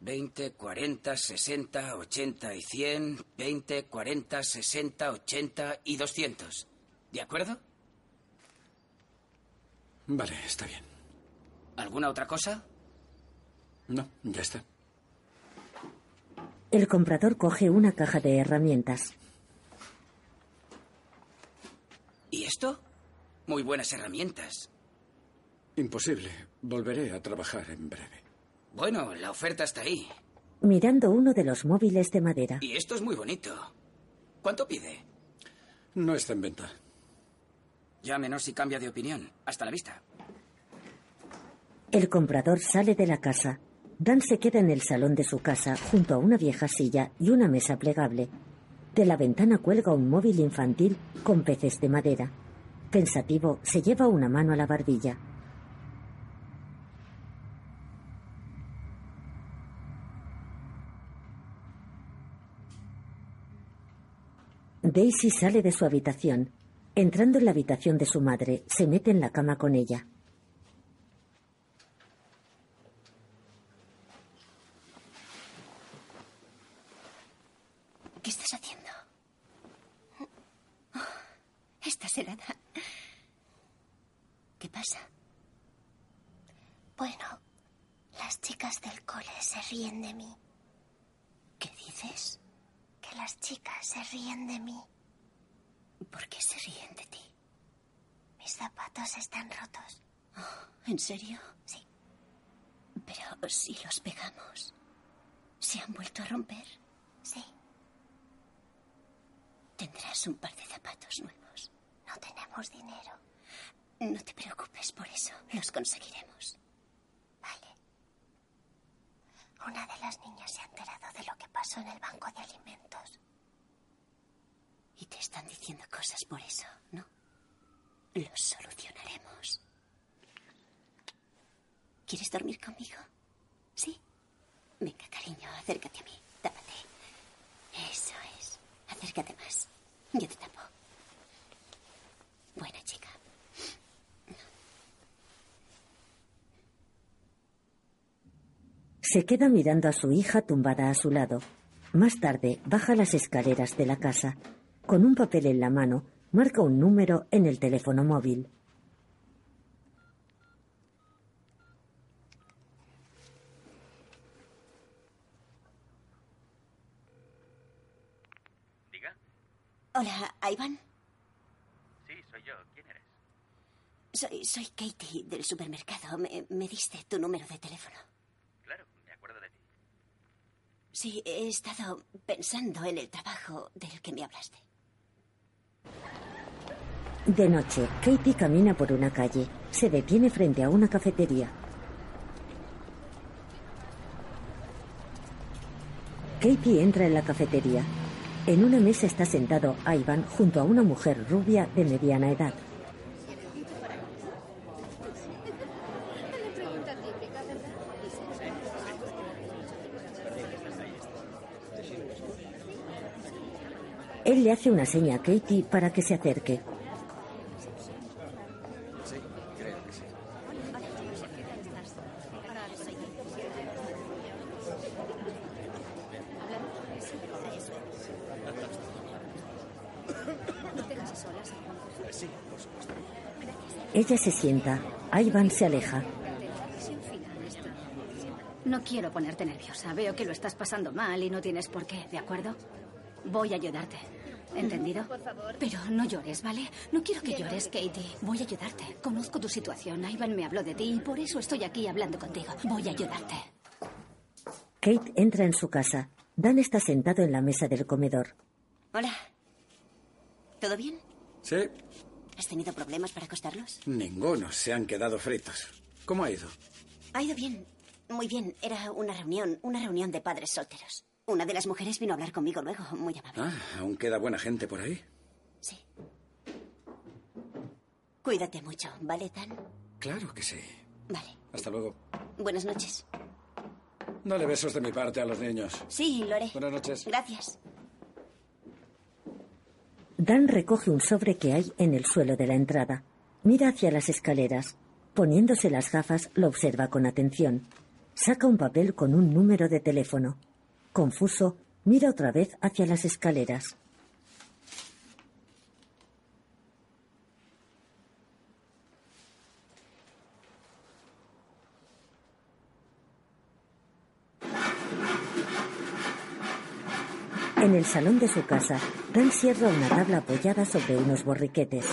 20, 40, 60, 80 y 100. 20, 40, 60, 80 y 200. ¿De acuerdo? Vale, está bien. ¿Alguna otra cosa? No, ya está. El comprador coge una caja de herramientas. ¿Y esto? Muy buenas herramientas. Imposible. Volveré a trabajar en breve. Bueno, la oferta está ahí. Mirando uno de los móviles de madera. Y esto es muy bonito. ¿Cuánto pide? No está en venta. Llámenos si cambia de opinión. Hasta la vista. El comprador sale de la casa. Dan se queda en el salón de su casa junto a una vieja silla y una mesa plegable. De la ventana cuelga un móvil infantil con peces de madera. Pensativo, se lleva una mano a la barbilla. Daisy sale de su habitación. Entrando en la habitación de su madre, se mete en la cama con ella. ¿Qué estás haciendo? Oh, estás helada. ¿Qué pasa? Bueno, las chicas del cole se ríen de mí. ¿Qué dices? Que las chicas se ríen de mí. ¿Por qué se ríen de ti? Mis zapatos están rotos. Oh, ¿En serio? Sí. Pero si los pegamos, ¿se han vuelto a romper? Sí. Tendrás un par de zapatos nuevos. No tenemos dinero. No te preocupes por eso, los conseguiremos. Una de las niñas se ha enterado de lo que pasó en el banco de alimentos. Y te están diciendo cosas por eso, ¿no? Los solucionaremos. ¿Quieres dormir conmigo? ¿Sí? Venga, cariño, acércate a mí. Tápate. Eso es. Acércate más. Yo te tapo. Buena chica. Se queda mirando a su hija tumbada a su lado. Más tarde, baja las escaleras de la casa. Con un papel en la mano, marca un número en el teléfono móvil. Diga. Hola, Iván. Sí, soy yo. ¿Quién eres? Soy, soy Katie del supermercado. Me, me diste tu número de teléfono. Claro, me acuerdo de ti. Sí, he estado pensando en el trabajo del que me hablaste. De noche, Katie camina por una calle. Se detiene frente a una cafetería. Katie entra en la cafetería. En una mesa está sentado Ivan junto a una mujer rubia de mediana edad. Él le hace una seña a Katie para que se acerque. Sí, creo que sí. Sí, por supuesto. Ella se sienta. Ivan se aleja. No quiero ponerte nerviosa. Veo que lo estás pasando mal y no tienes por qué, ¿de acuerdo? Voy a ayudarte. ¿Entendido? Pero no llores, ¿vale? No quiero que llores, Katie. Voy a ayudarte. Conozco tu situación. Ivan me habló de ti y por eso estoy aquí hablando contigo. Voy a ayudarte. Kate entra en su casa. Dan está sentado en la mesa del comedor. Hola. ¿Todo bien? Sí, ¿Has tenido problemas para acostarlos? ninguno. Se han quedado fritos. ¿Cómo ha ido? Ha ido bien. Muy bien. Era una reunión, una reunión de padres solteros. Una de las mujeres vino a hablar conmigo luego, muy amable. Ah, aún queda buena gente por ahí. Cuídate mucho, ¿vale, Dan? Claro que sí. Vale. Hasta luego. Buenas noches. Dale besos de mi parte a los niños. Sí, lo haré. Buenas noches. Gracias. Dan recoge un sobre que hay en el suelo de la entrada. Mira hacia las escaleras. Poniéndose las gafas, lo observa con atención. Saca un papel con un número de teléfono. Confuso, mira otra vez hacia las escaleras. En el salón de su casa, Dan cierra una tabla apoyada sobre unos borriquetes.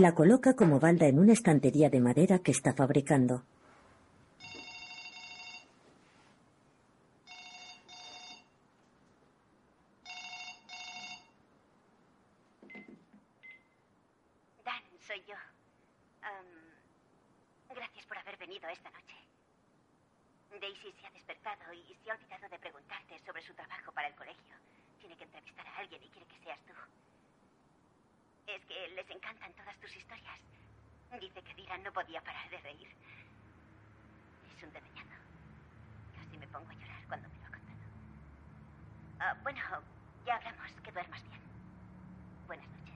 La coloca como balda en una estantería de madera que está fabricando. Dan, soy yo. Am, gracias por haber venido esta noche. Daisy se ha despertado y se ha olvidado de preguntarte sobre su trabajo para el colegio. Tiene que entrevistar a alguien y quiere que seas tú. Es que les encantan todas tus historias. Dice que Dylan no podía parar de reír. Es un demeñado. Casi me pongo a llorar cuando me lo ha contado. Ah, bueno, ya hablamos. Que duermas bien. Buenas noches.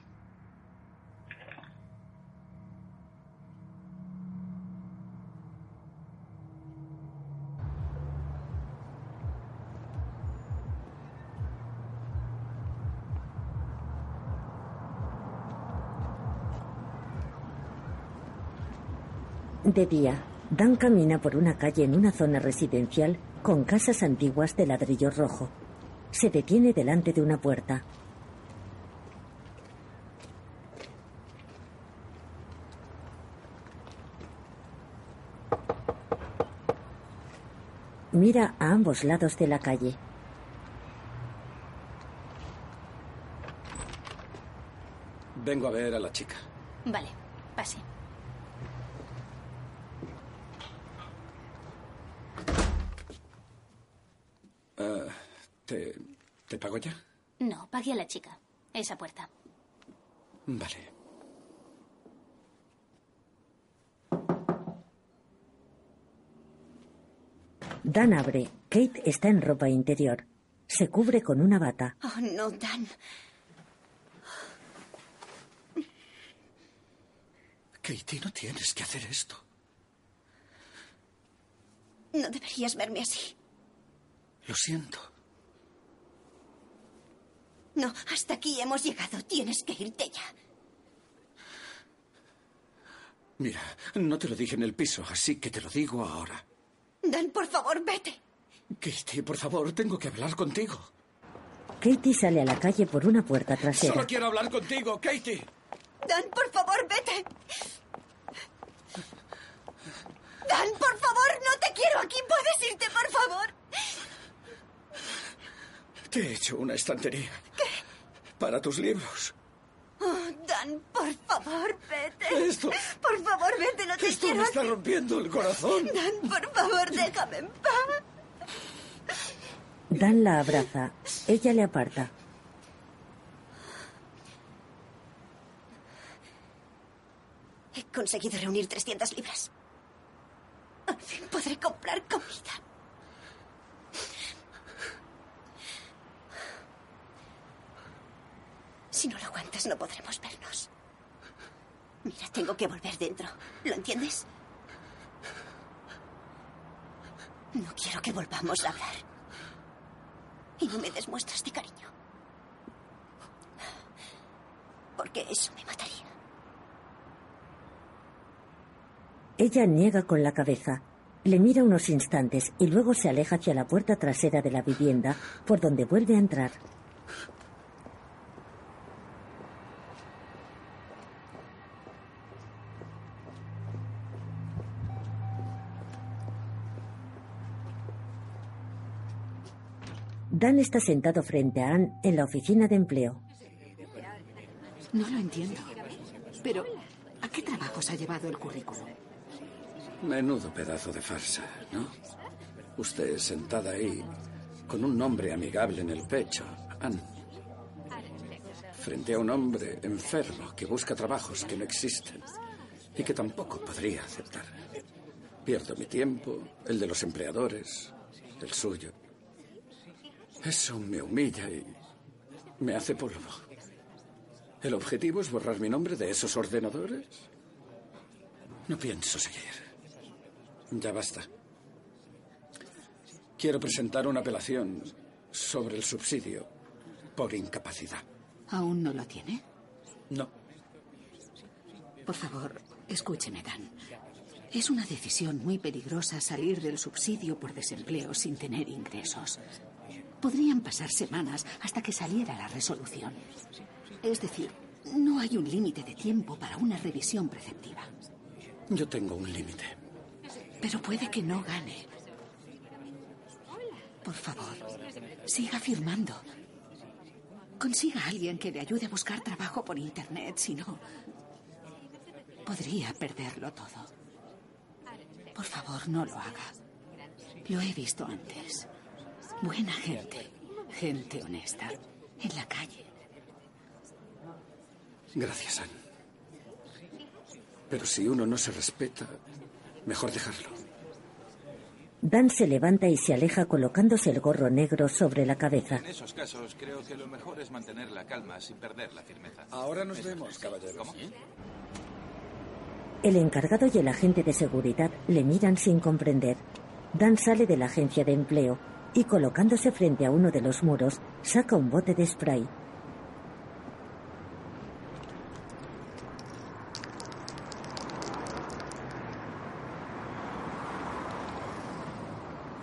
De día, Dan camina por una calle en una zona residencial con casas antiguas de ladrillo rojo. Se detiene delante de una puerta. Mira a ambos lados de la calle. Vengo a ver a la chica. Vale, pase. Ah, ¿te, ¿Te pago ya? No, pague a la chica. Esa puerta. Vale. Dan abre. Kate está en ropa interior. Se cubre con una bata. Oh, no, Dan. Katie, no tienes que hacer esto. No deberías verme así. Lo siento. No, hasta aquí hemos llegado. Tienes que irte ya. Mira, no te lo dije en el piso, así que te lo digo ahora. Dan, por favor, vete. Katie, por favor, tengo que hablar contigo. Katie sale a la calle por una puerta trasera. Solo quiero hablar contigo, Katie. Dan, por favor, vete. Dan, por favor, no te quiero aquí. Puedes irte, por favor. Te he hecho una estantería. ¿Qué? Para tus libros. Oh, Dan, por favor, vete. Esto- Por favor, vete, no te Esto quiero me está aquí. rompiendo el corazón. Dan, por favor, déjame en paz. Dan la abraza. Ella le aparta. He conseguido reunir 300 libras. Al fin podré comprar comida. Si no lo aguantas, no podremos vernos. Mira, tengo que volver dentro. ¿Lo entiendes? No quiero que volvamos a hablar. Y no me des muestras de cariño. Porque eso me mataría. Ella niega con la cabeza. Le mira unos instantes y luego se aleja hacia la puerta trasera de la vivienda, por donde vuelve a entrar. Dan está sentado frente a Anne en la oficina de empleo. No lo entiendo. Pero, ¿a qué trabajos ha llevado el currículum? Menudo pedazo de farsa, ¿no? Usted sentada ahí, con un nombre amigable en el pecho, Ann, frente a un hombre enfermo que busca trabajos que no existen y que tampoco podría aceptar. Pierdo mi tiempo, el de los empleadores, el suyo. Eso me humilla y me hace polvo. ¿El objetivo es borrar mi nombre de esos ordenadores? No pienso seguir. Ya basta. Quiero presentar una apelación sobre el subsidio por incapacidad. ¿Aún no lo tiene? No. Por favor, escúcheme, Dan. Es una decisión muy peligrosa salir del subsidio por desempleo sin tener ingresos. Podrían pasar semanas hasta que saliera la resolución. Es decir, no hay un límite de tiempo para una revisión preceptiva. Yo tengo un límite. Pero puede que no gane. Por favor, siga firmando. Consiga a alguien que le ayude a buscar trabajo por Internet, si no, podría perderlo todo. Por favor, no lo haga. Lo he visto antes. Buena gente, gente honesta, en la calle. Gracias, Ann. Pero si uno no se respeta, mejor dejarlo. Dan se levanta y se aleja colocándose el gorro negro sobre la cabeza. En esos casos, creo que lo mejor es mantener la calma sin perder la firmeza. Ahora nos vemos, caballeros. ¿Cómo? El encargado y el agente de seguridad le miran sin comprender. Dan sale de la agencia de empleo y colocándose frente a uno de los muros, saca un bote de spray.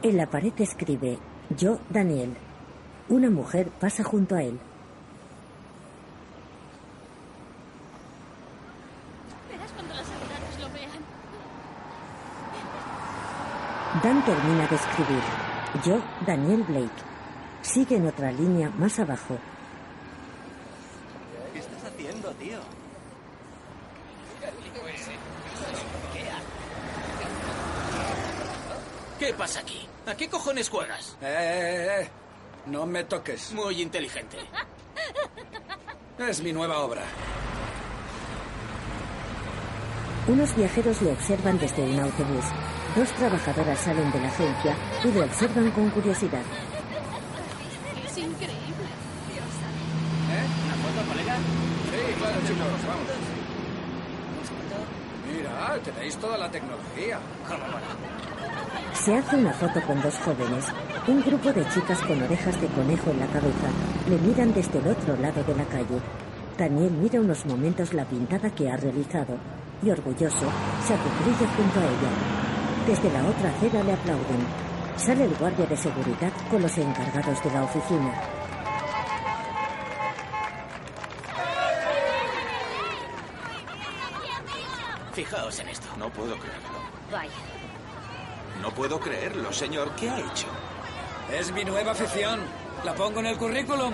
En la pared escribe Yo, Daniel. Una mujer pasa junto a él. Verás cuando las autoridades lo vean. Dan termina de escribir Yo, Daniel Blake. Sigue en otra línea más abajo. ¿Qué estás haciendo, tío? ¿Qué pasa aquí? ¿A qué cojones juegas? Eh, eh, eh. No me toques. Muy inteligente. Es mi nueva obra. Unos viajeros le observan desde un autobús. Dos trabajadoras salen de la agencia y le observan con curiosidad. Es increíble. ¿Eh? ¿Una foto, colega? Sí, claro, chicos, vamos. Mira, tenéis toda la tecnología. ¿Cómo Se hace una foto con dos jóvenes. Un grupo de chicas con orejas de conejo en la cabeza le miran desde el otro lado de la calle. Daniel mira unos momentos la pintada que ha realizado y orgulloso se acuclilla junto a ella. Desde la otra acera le aplauden. Sale el guardia de seguridad con los encargados de la oficina. Fijaos en esto. No puedo creerlo. Vaya. No puedo creerlo, señor. ¿Qué ha hecho? Es mi nueva afición. La pongo en el currículum.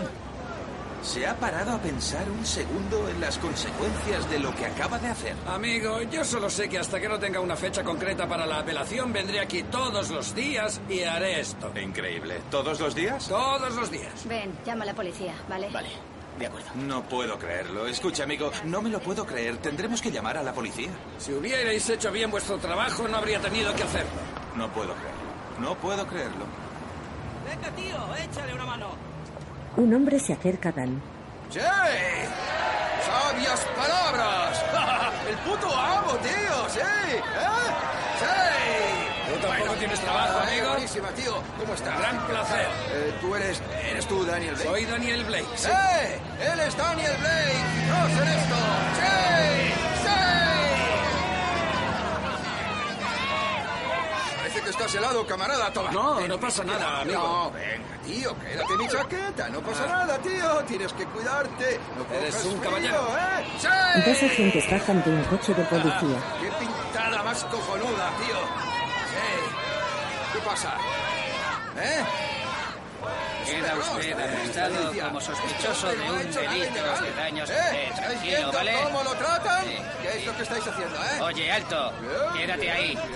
¿Se ha parado a pensar un segundo en las consecuencias de lo que acaba de hacer? Amigo, yo solo sé que hasta que no tenga una fecha concreta para la apelación, vendré aquí todos los días y haré esto. Increíble. ¿Todos los días? Todos los días. Ven, llama a la policía, ¿vale? Vale, de acuerdo. No puedo creerlo. Escucha, amigo, no me lo puedo creer. Tendremos que llamar a la policía. Si hubierais hecho bien vuestro trabajo, no habría tenido que hacerlo. No puedo creerlo. No puedo creerlo. Venga, tío, échale una mano. Un hombre se acerca a Dan. ¡Sí! ¡Sabias palabras! ¡El puto amo, tío! ¡Sí! ¿Eh? ¡Sí! Tú tampoco tienes trabajo, ah, amigo. Buenísima, tío. ¿Cómo estás? Gran placer. Eh, tú eres... ¿Eres tú Daniel Blake? Soy Daniel Blake. sí. ¡Eh! ¡Él es Daniel Blake! ¡No en esto! ¡Sí! ¡Sí! Parece que estás helado, camarada. Toma. No, no pasa nada, amigo. No, venga, tío, quédate mi chaqueta. No Ah. pasa nada, tío. Tienes que cuidarte. No Eres cojas un frío, caballero. ¿eh? ¡Sí! Dos agentes bajan de un coche de policía. ¡Qué pintada más cojonuda, tío! Sí. ¿Qué pasa? ¿Eh? Queda usted arrestado como sospechoso de un delito de daños ¿Eh? de ¿Estáis tranquilo, viendo ¿vale? cómo lo tratan? ¿Qué es lo que estáis haciendo, eh? Oye, alto, quédate ahí. Bien.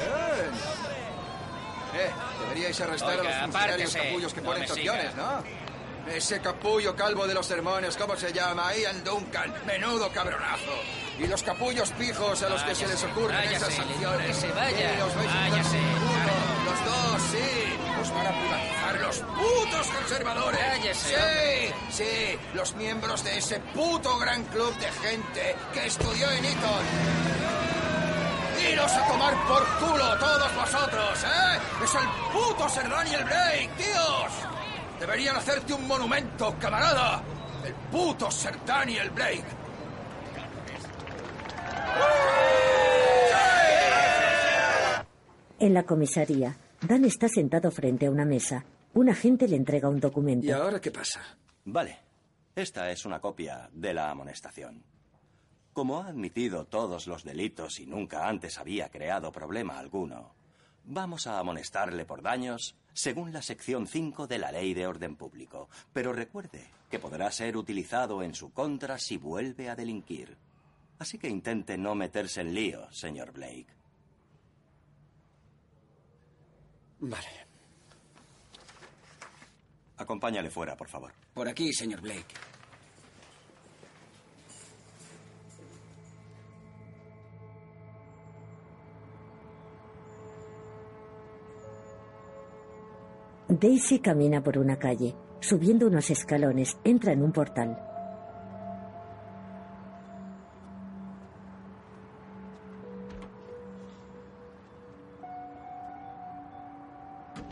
Eh, deberíais arrestar Oiga, a los funcionarios apártese. capullos que No ponen me siga. torsiones, ¿no? Ese capullo calvo de los sermones, ¿cómo se llama? Ian Duncan. Menudo cabronazo. Y los capullos pijos a los que se les ocurren esas váyase, le digo sanciones. que se vaya, Sí, os vais a váyase. encontrar uno, los dos, sí. Pues Os van a privatizar los putos conservadores. Cállese, sí, sí. Los miembros de ese puto gran club de gente que estudió en Eton. ¡Iros a tomar por culo todos vosotros, eh! ¡Es el puto Sir Daniel Blake, tíos! Deberían hacerte un monumento, camarada. El puto Sir Daniel Blake. En la comisaría, Dan está sentado frente a una mesa. Un agente le entrega un documento. ahora qué pasa? Vale. Esta es una copia de la amonestación. Como ha admitido todos los delitos y nunca antes había creado problema alguno, vamos a amonestarle por daños según la sección 5 de la Ley de Orden Público. Pero recuerde que podrá ser utilizado en su contra si vuelve a delinquir. Así que intente no meterse en lío, señor Blake. Vale. Acompáñale fuera, por favor. Por aquí, señor Blake. Daisy camina por una calle. Subiendo unos escalones, entra en un portal.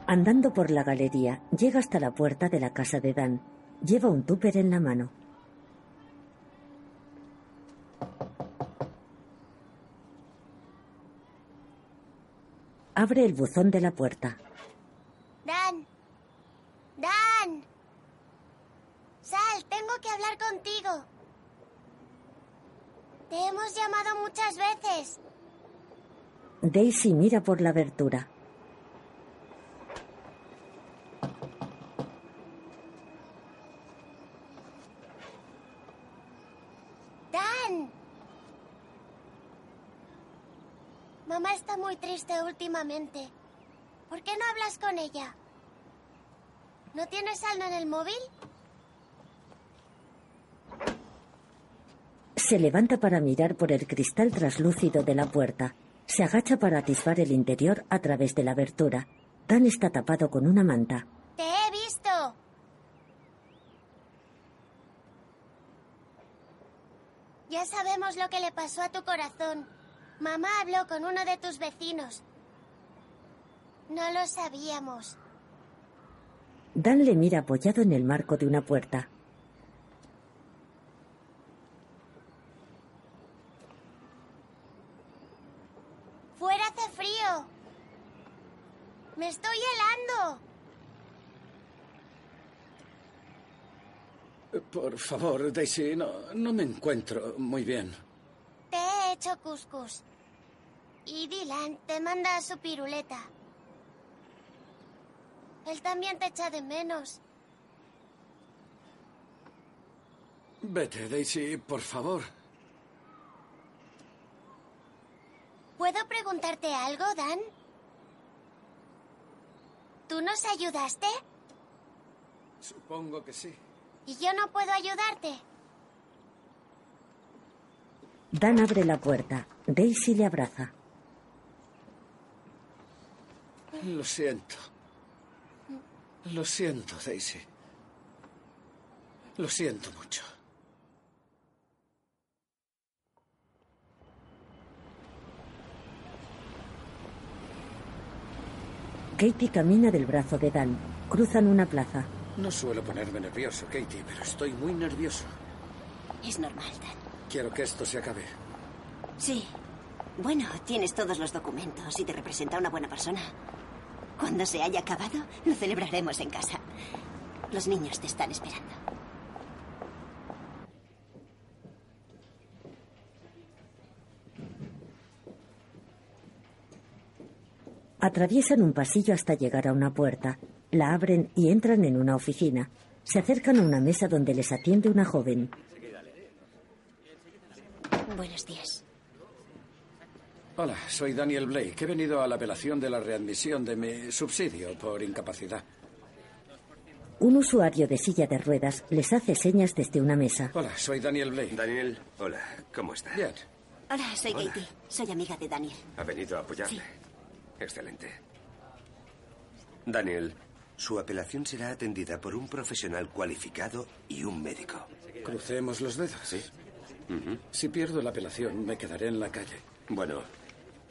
Andando por la galería, llega hasta la puerta de la casa de Dan. Lleva un tupper en la mano. Abre el buzón de la puerta. Connor, tengo que hablar contigo. Te hemos llamado muchas veces. Daisy mira por la abertura. Dan. Mamá está muy triste últimamente. ¿Por qué no hablas con ella? ¿No tienes saldo en el móvil? Se levanta para mirar por el cristal traslúcido de la puerta. Se agacha para atisbar el interior a través de la abertura. Dan está tapado con una manta. Te he visto. Ya sabemos lo que le pasó a tu corazón. Mamá habló con uno de tus vecinos. No lo sabíamos. Dan le mira apoyado en el marco de una puerta. Fuera hace frío. Me estoy helando. Por favor, Daisy, no, no me encuentro muy bien. Te he hecho cuscús. Y Dylan te manda a su piruleta. Él también te echa de menos. Vete, Daisy, por favor. ¿Puedo preguntarte algo, Dan? ¿Tú nos ayudaste? Supongo que sí. ¿Y yo no puedo ayudarte? Dan abre la puerta. Daisy le abraza. Lo siento. Lo siento, Daisy. Lo siento mucho. Katie camina del brazo de Dan. Cruzan una plaza. No suelo ponerme nervioso, Katie, pero estoy muy nervioso. Es normal, Dan. Quiero que esto se acabe. Sí. Bueno, tienes todos los documentos y te representa una buena persona. Cuando se haya acabado, lo celebraremos en casa. Los niños te están esperando. Atraviesan un pasillo hasta llegar a una puerta. La abren y entran en una oficina. Se acercan a una mesa donde les atiende una joven. Buenos días. Hola, soy Daniel Blake. He venido a la apelación de la readmisión de mi subsidio por incapacidad. Un usuario de silla de ruedas les hace señas desde una mesa. Hola, soy Daniel Blake. Daniel, hola, ¿cómo está? Bien. Hola, soy Hola. Katie. Soy amiga de Daniel. ¿Ha venido a apoyarle? Excelente. Daniel, su apelación será atendida por un profesional cualificado y un médico. Crucemos los dedos. Sí. Si pierdo la apelación, me quedaré en la calle. Bueno,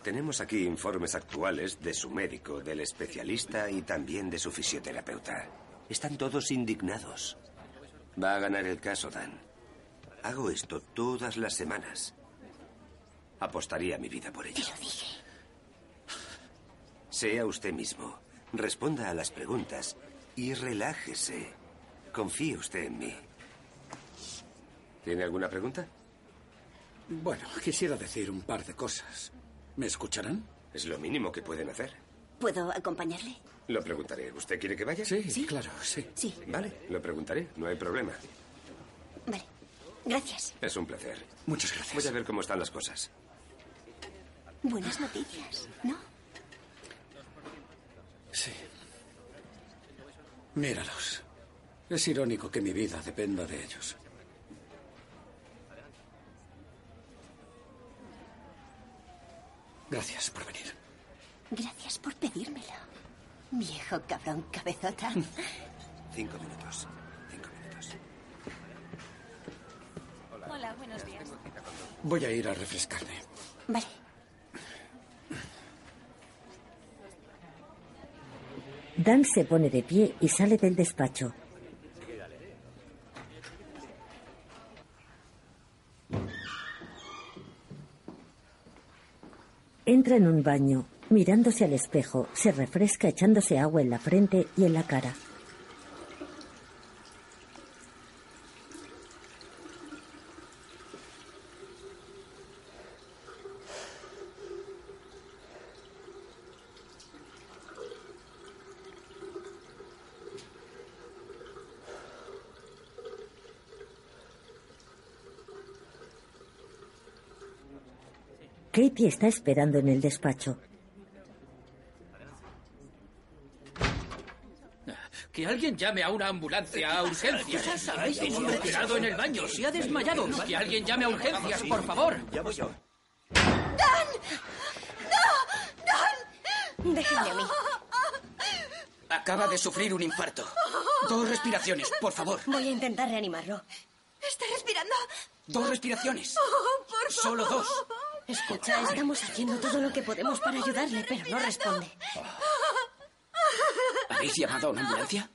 tenemos aquí informes actuales de su médico, del especialista y también de su fisioterapeuta. Están todos indignados. Va a ganar el caso, Dan. Hago esto todas las semanas. Apostaría mi vida por ello. Sea usted mismo, responda a las preguntas y relájese. Confíe usted en mí. ¿Tiene alguna pregunta? Bueno, quisiera decir un par de cosas. ¿Me escucharán? Es lo mínimo que pueden hacer. ¿Puedo acompañarle? Lo preguntaré. ¿Usted quiere que vaya? Sí, claro, sí. Sí. Vale, lo preguntaré. No hay problema. Vale. Gracias. Es un placer. Muchas gracias. Voy a ver cómo están las cosas. Buenas noticias, ¿no? Sí. Míralos. Es irónico que mi vida dependa de ellos. Gracias por venir. Gracias por pedírmelo. Viejo cabrón cabezota. Cinco minutos. Cinco minutos. Hola, buenos días. Voy a ir a refrescarme. Vale. Dan se pone de pie y sale del despacho. Entra en un baño, mirándose al espejo, se refresca echándose agua en la frente y en la cara. Katie está esperando en el despacho. Que alguien llame a una ambulancia a urgencias. Ya sabéis que Hay un no. retirado en el baño. Se ha desmayado. Que alguien llame a urgencias, por favor. Ya voy yo. ¡Dan! ¡No! ¡Dan! Déjenme a mí. Acaba de sufrir un infarto. Dos respiraciones, por favor. Voy a intentar reanimarlo. ¿Está respirando? Dos respiraciones. Oh, por favor. Solo dos. Escucha, estamos haciendo todo lo que podemos para ayudarle, pero no responde. ¿Habéis llamado a una ambulancia?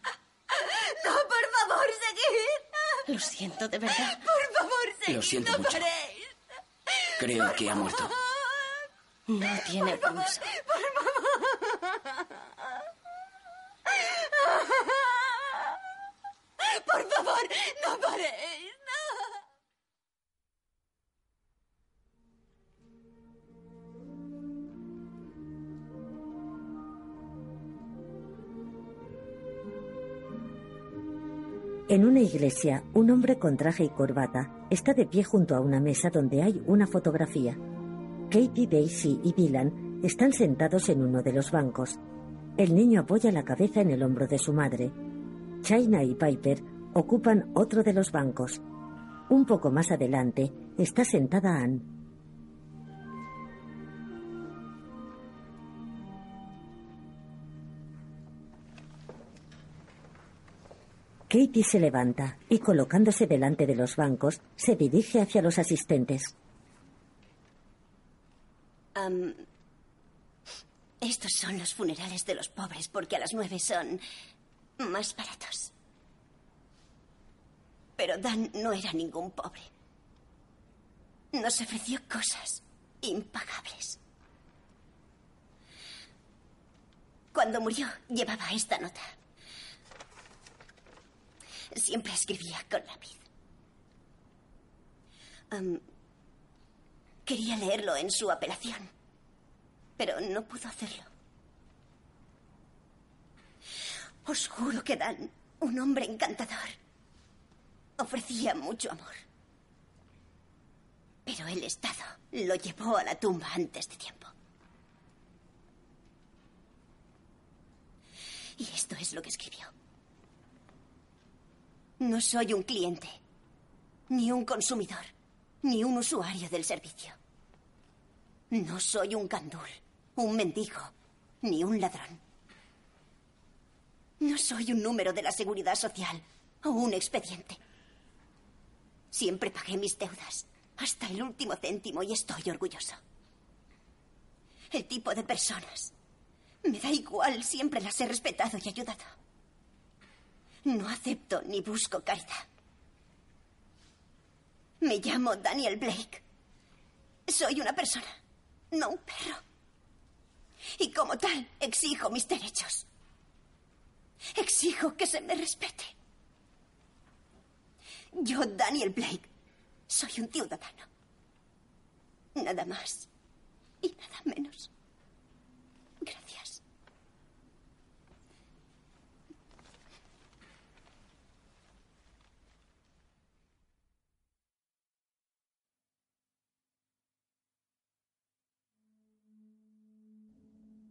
No, por favor, seguid. Lo siento, de verdad. Por favor, Lo siento no mucho. Creo que ha muerto. No tiene pulso. Por favor, no paréis. En una iglesia, un hombre con traje y corbata está de pie junto a una mesa donde hay una fotografía. Katie, Daisy y Dylan están sentados en uno de los bancos. El niño apoya la cabeza en el hombro de su madre. China y Piper ocupan otro de los bancos. Un poco más adelante está sentada Anne. Katie se levanta y colocándose delante de los bancos se dirige hacia los asistentes. Am, estos son los funerales de los pobres porque a las nueve son más baratos. Pero Dan no era ningún pobre. Nos ofreció cosas impagables. Cuando murió, llevaba esta nota. Siempre escribía con lápiz. Am, Quería leerlo en su apelación, pero no pudo hacerlo. Os juro que Dan, un hombre encantador, ofrecía mucho amor. Pero el Estado lo llevó a la tumba antes de tiempo. Y esto es lo que escribió. No soy un cliente, ni un consumidor, ni un usuario del servicio. No soy un candul, un mendigo, ni un ladrón. No soy un número de la seguridad social o un expediente. Siempre pagué mis deudas, hasta el último céntimo, y estoy orgulloso. El tipo de personas. Me da igual, siempre las he respetado y ayudado. No acepto ni busco caridad. Me llamo Daniel Blake. Soy una persona, no un perro. Y como tal, exijo mis derechos. Exijo que se me respete. Yo, Daniel Blake, soy un ciudadano. Nada más y nada menos. Gracias.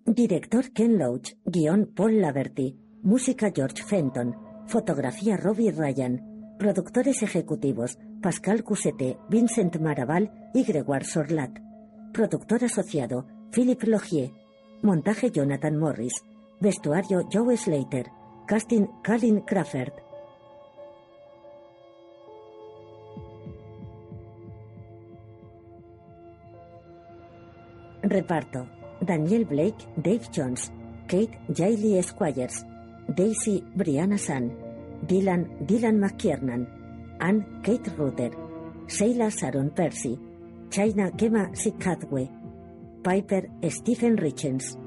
Director Ken Loach, guión Paul Laverty, música George Fenton, fotografía Robbie Ryan, productores ejecutivos Pascal Cusete, Vincent Maraval y Gregoire Sorlat, productor asociado Philippe Logier, montaje Jonathan Morris, vestuario Joe Slater, casting Colin Crawford. Reparto: Daniel Blake, Dave Jones, Kate Jailey Squires, Daisy Brianna San, Dylan Dylan McKiernan, Anne Kate Rutter, Sheila Sharon Percy, China Gemma Sikatwe, Piper Stephen Richens.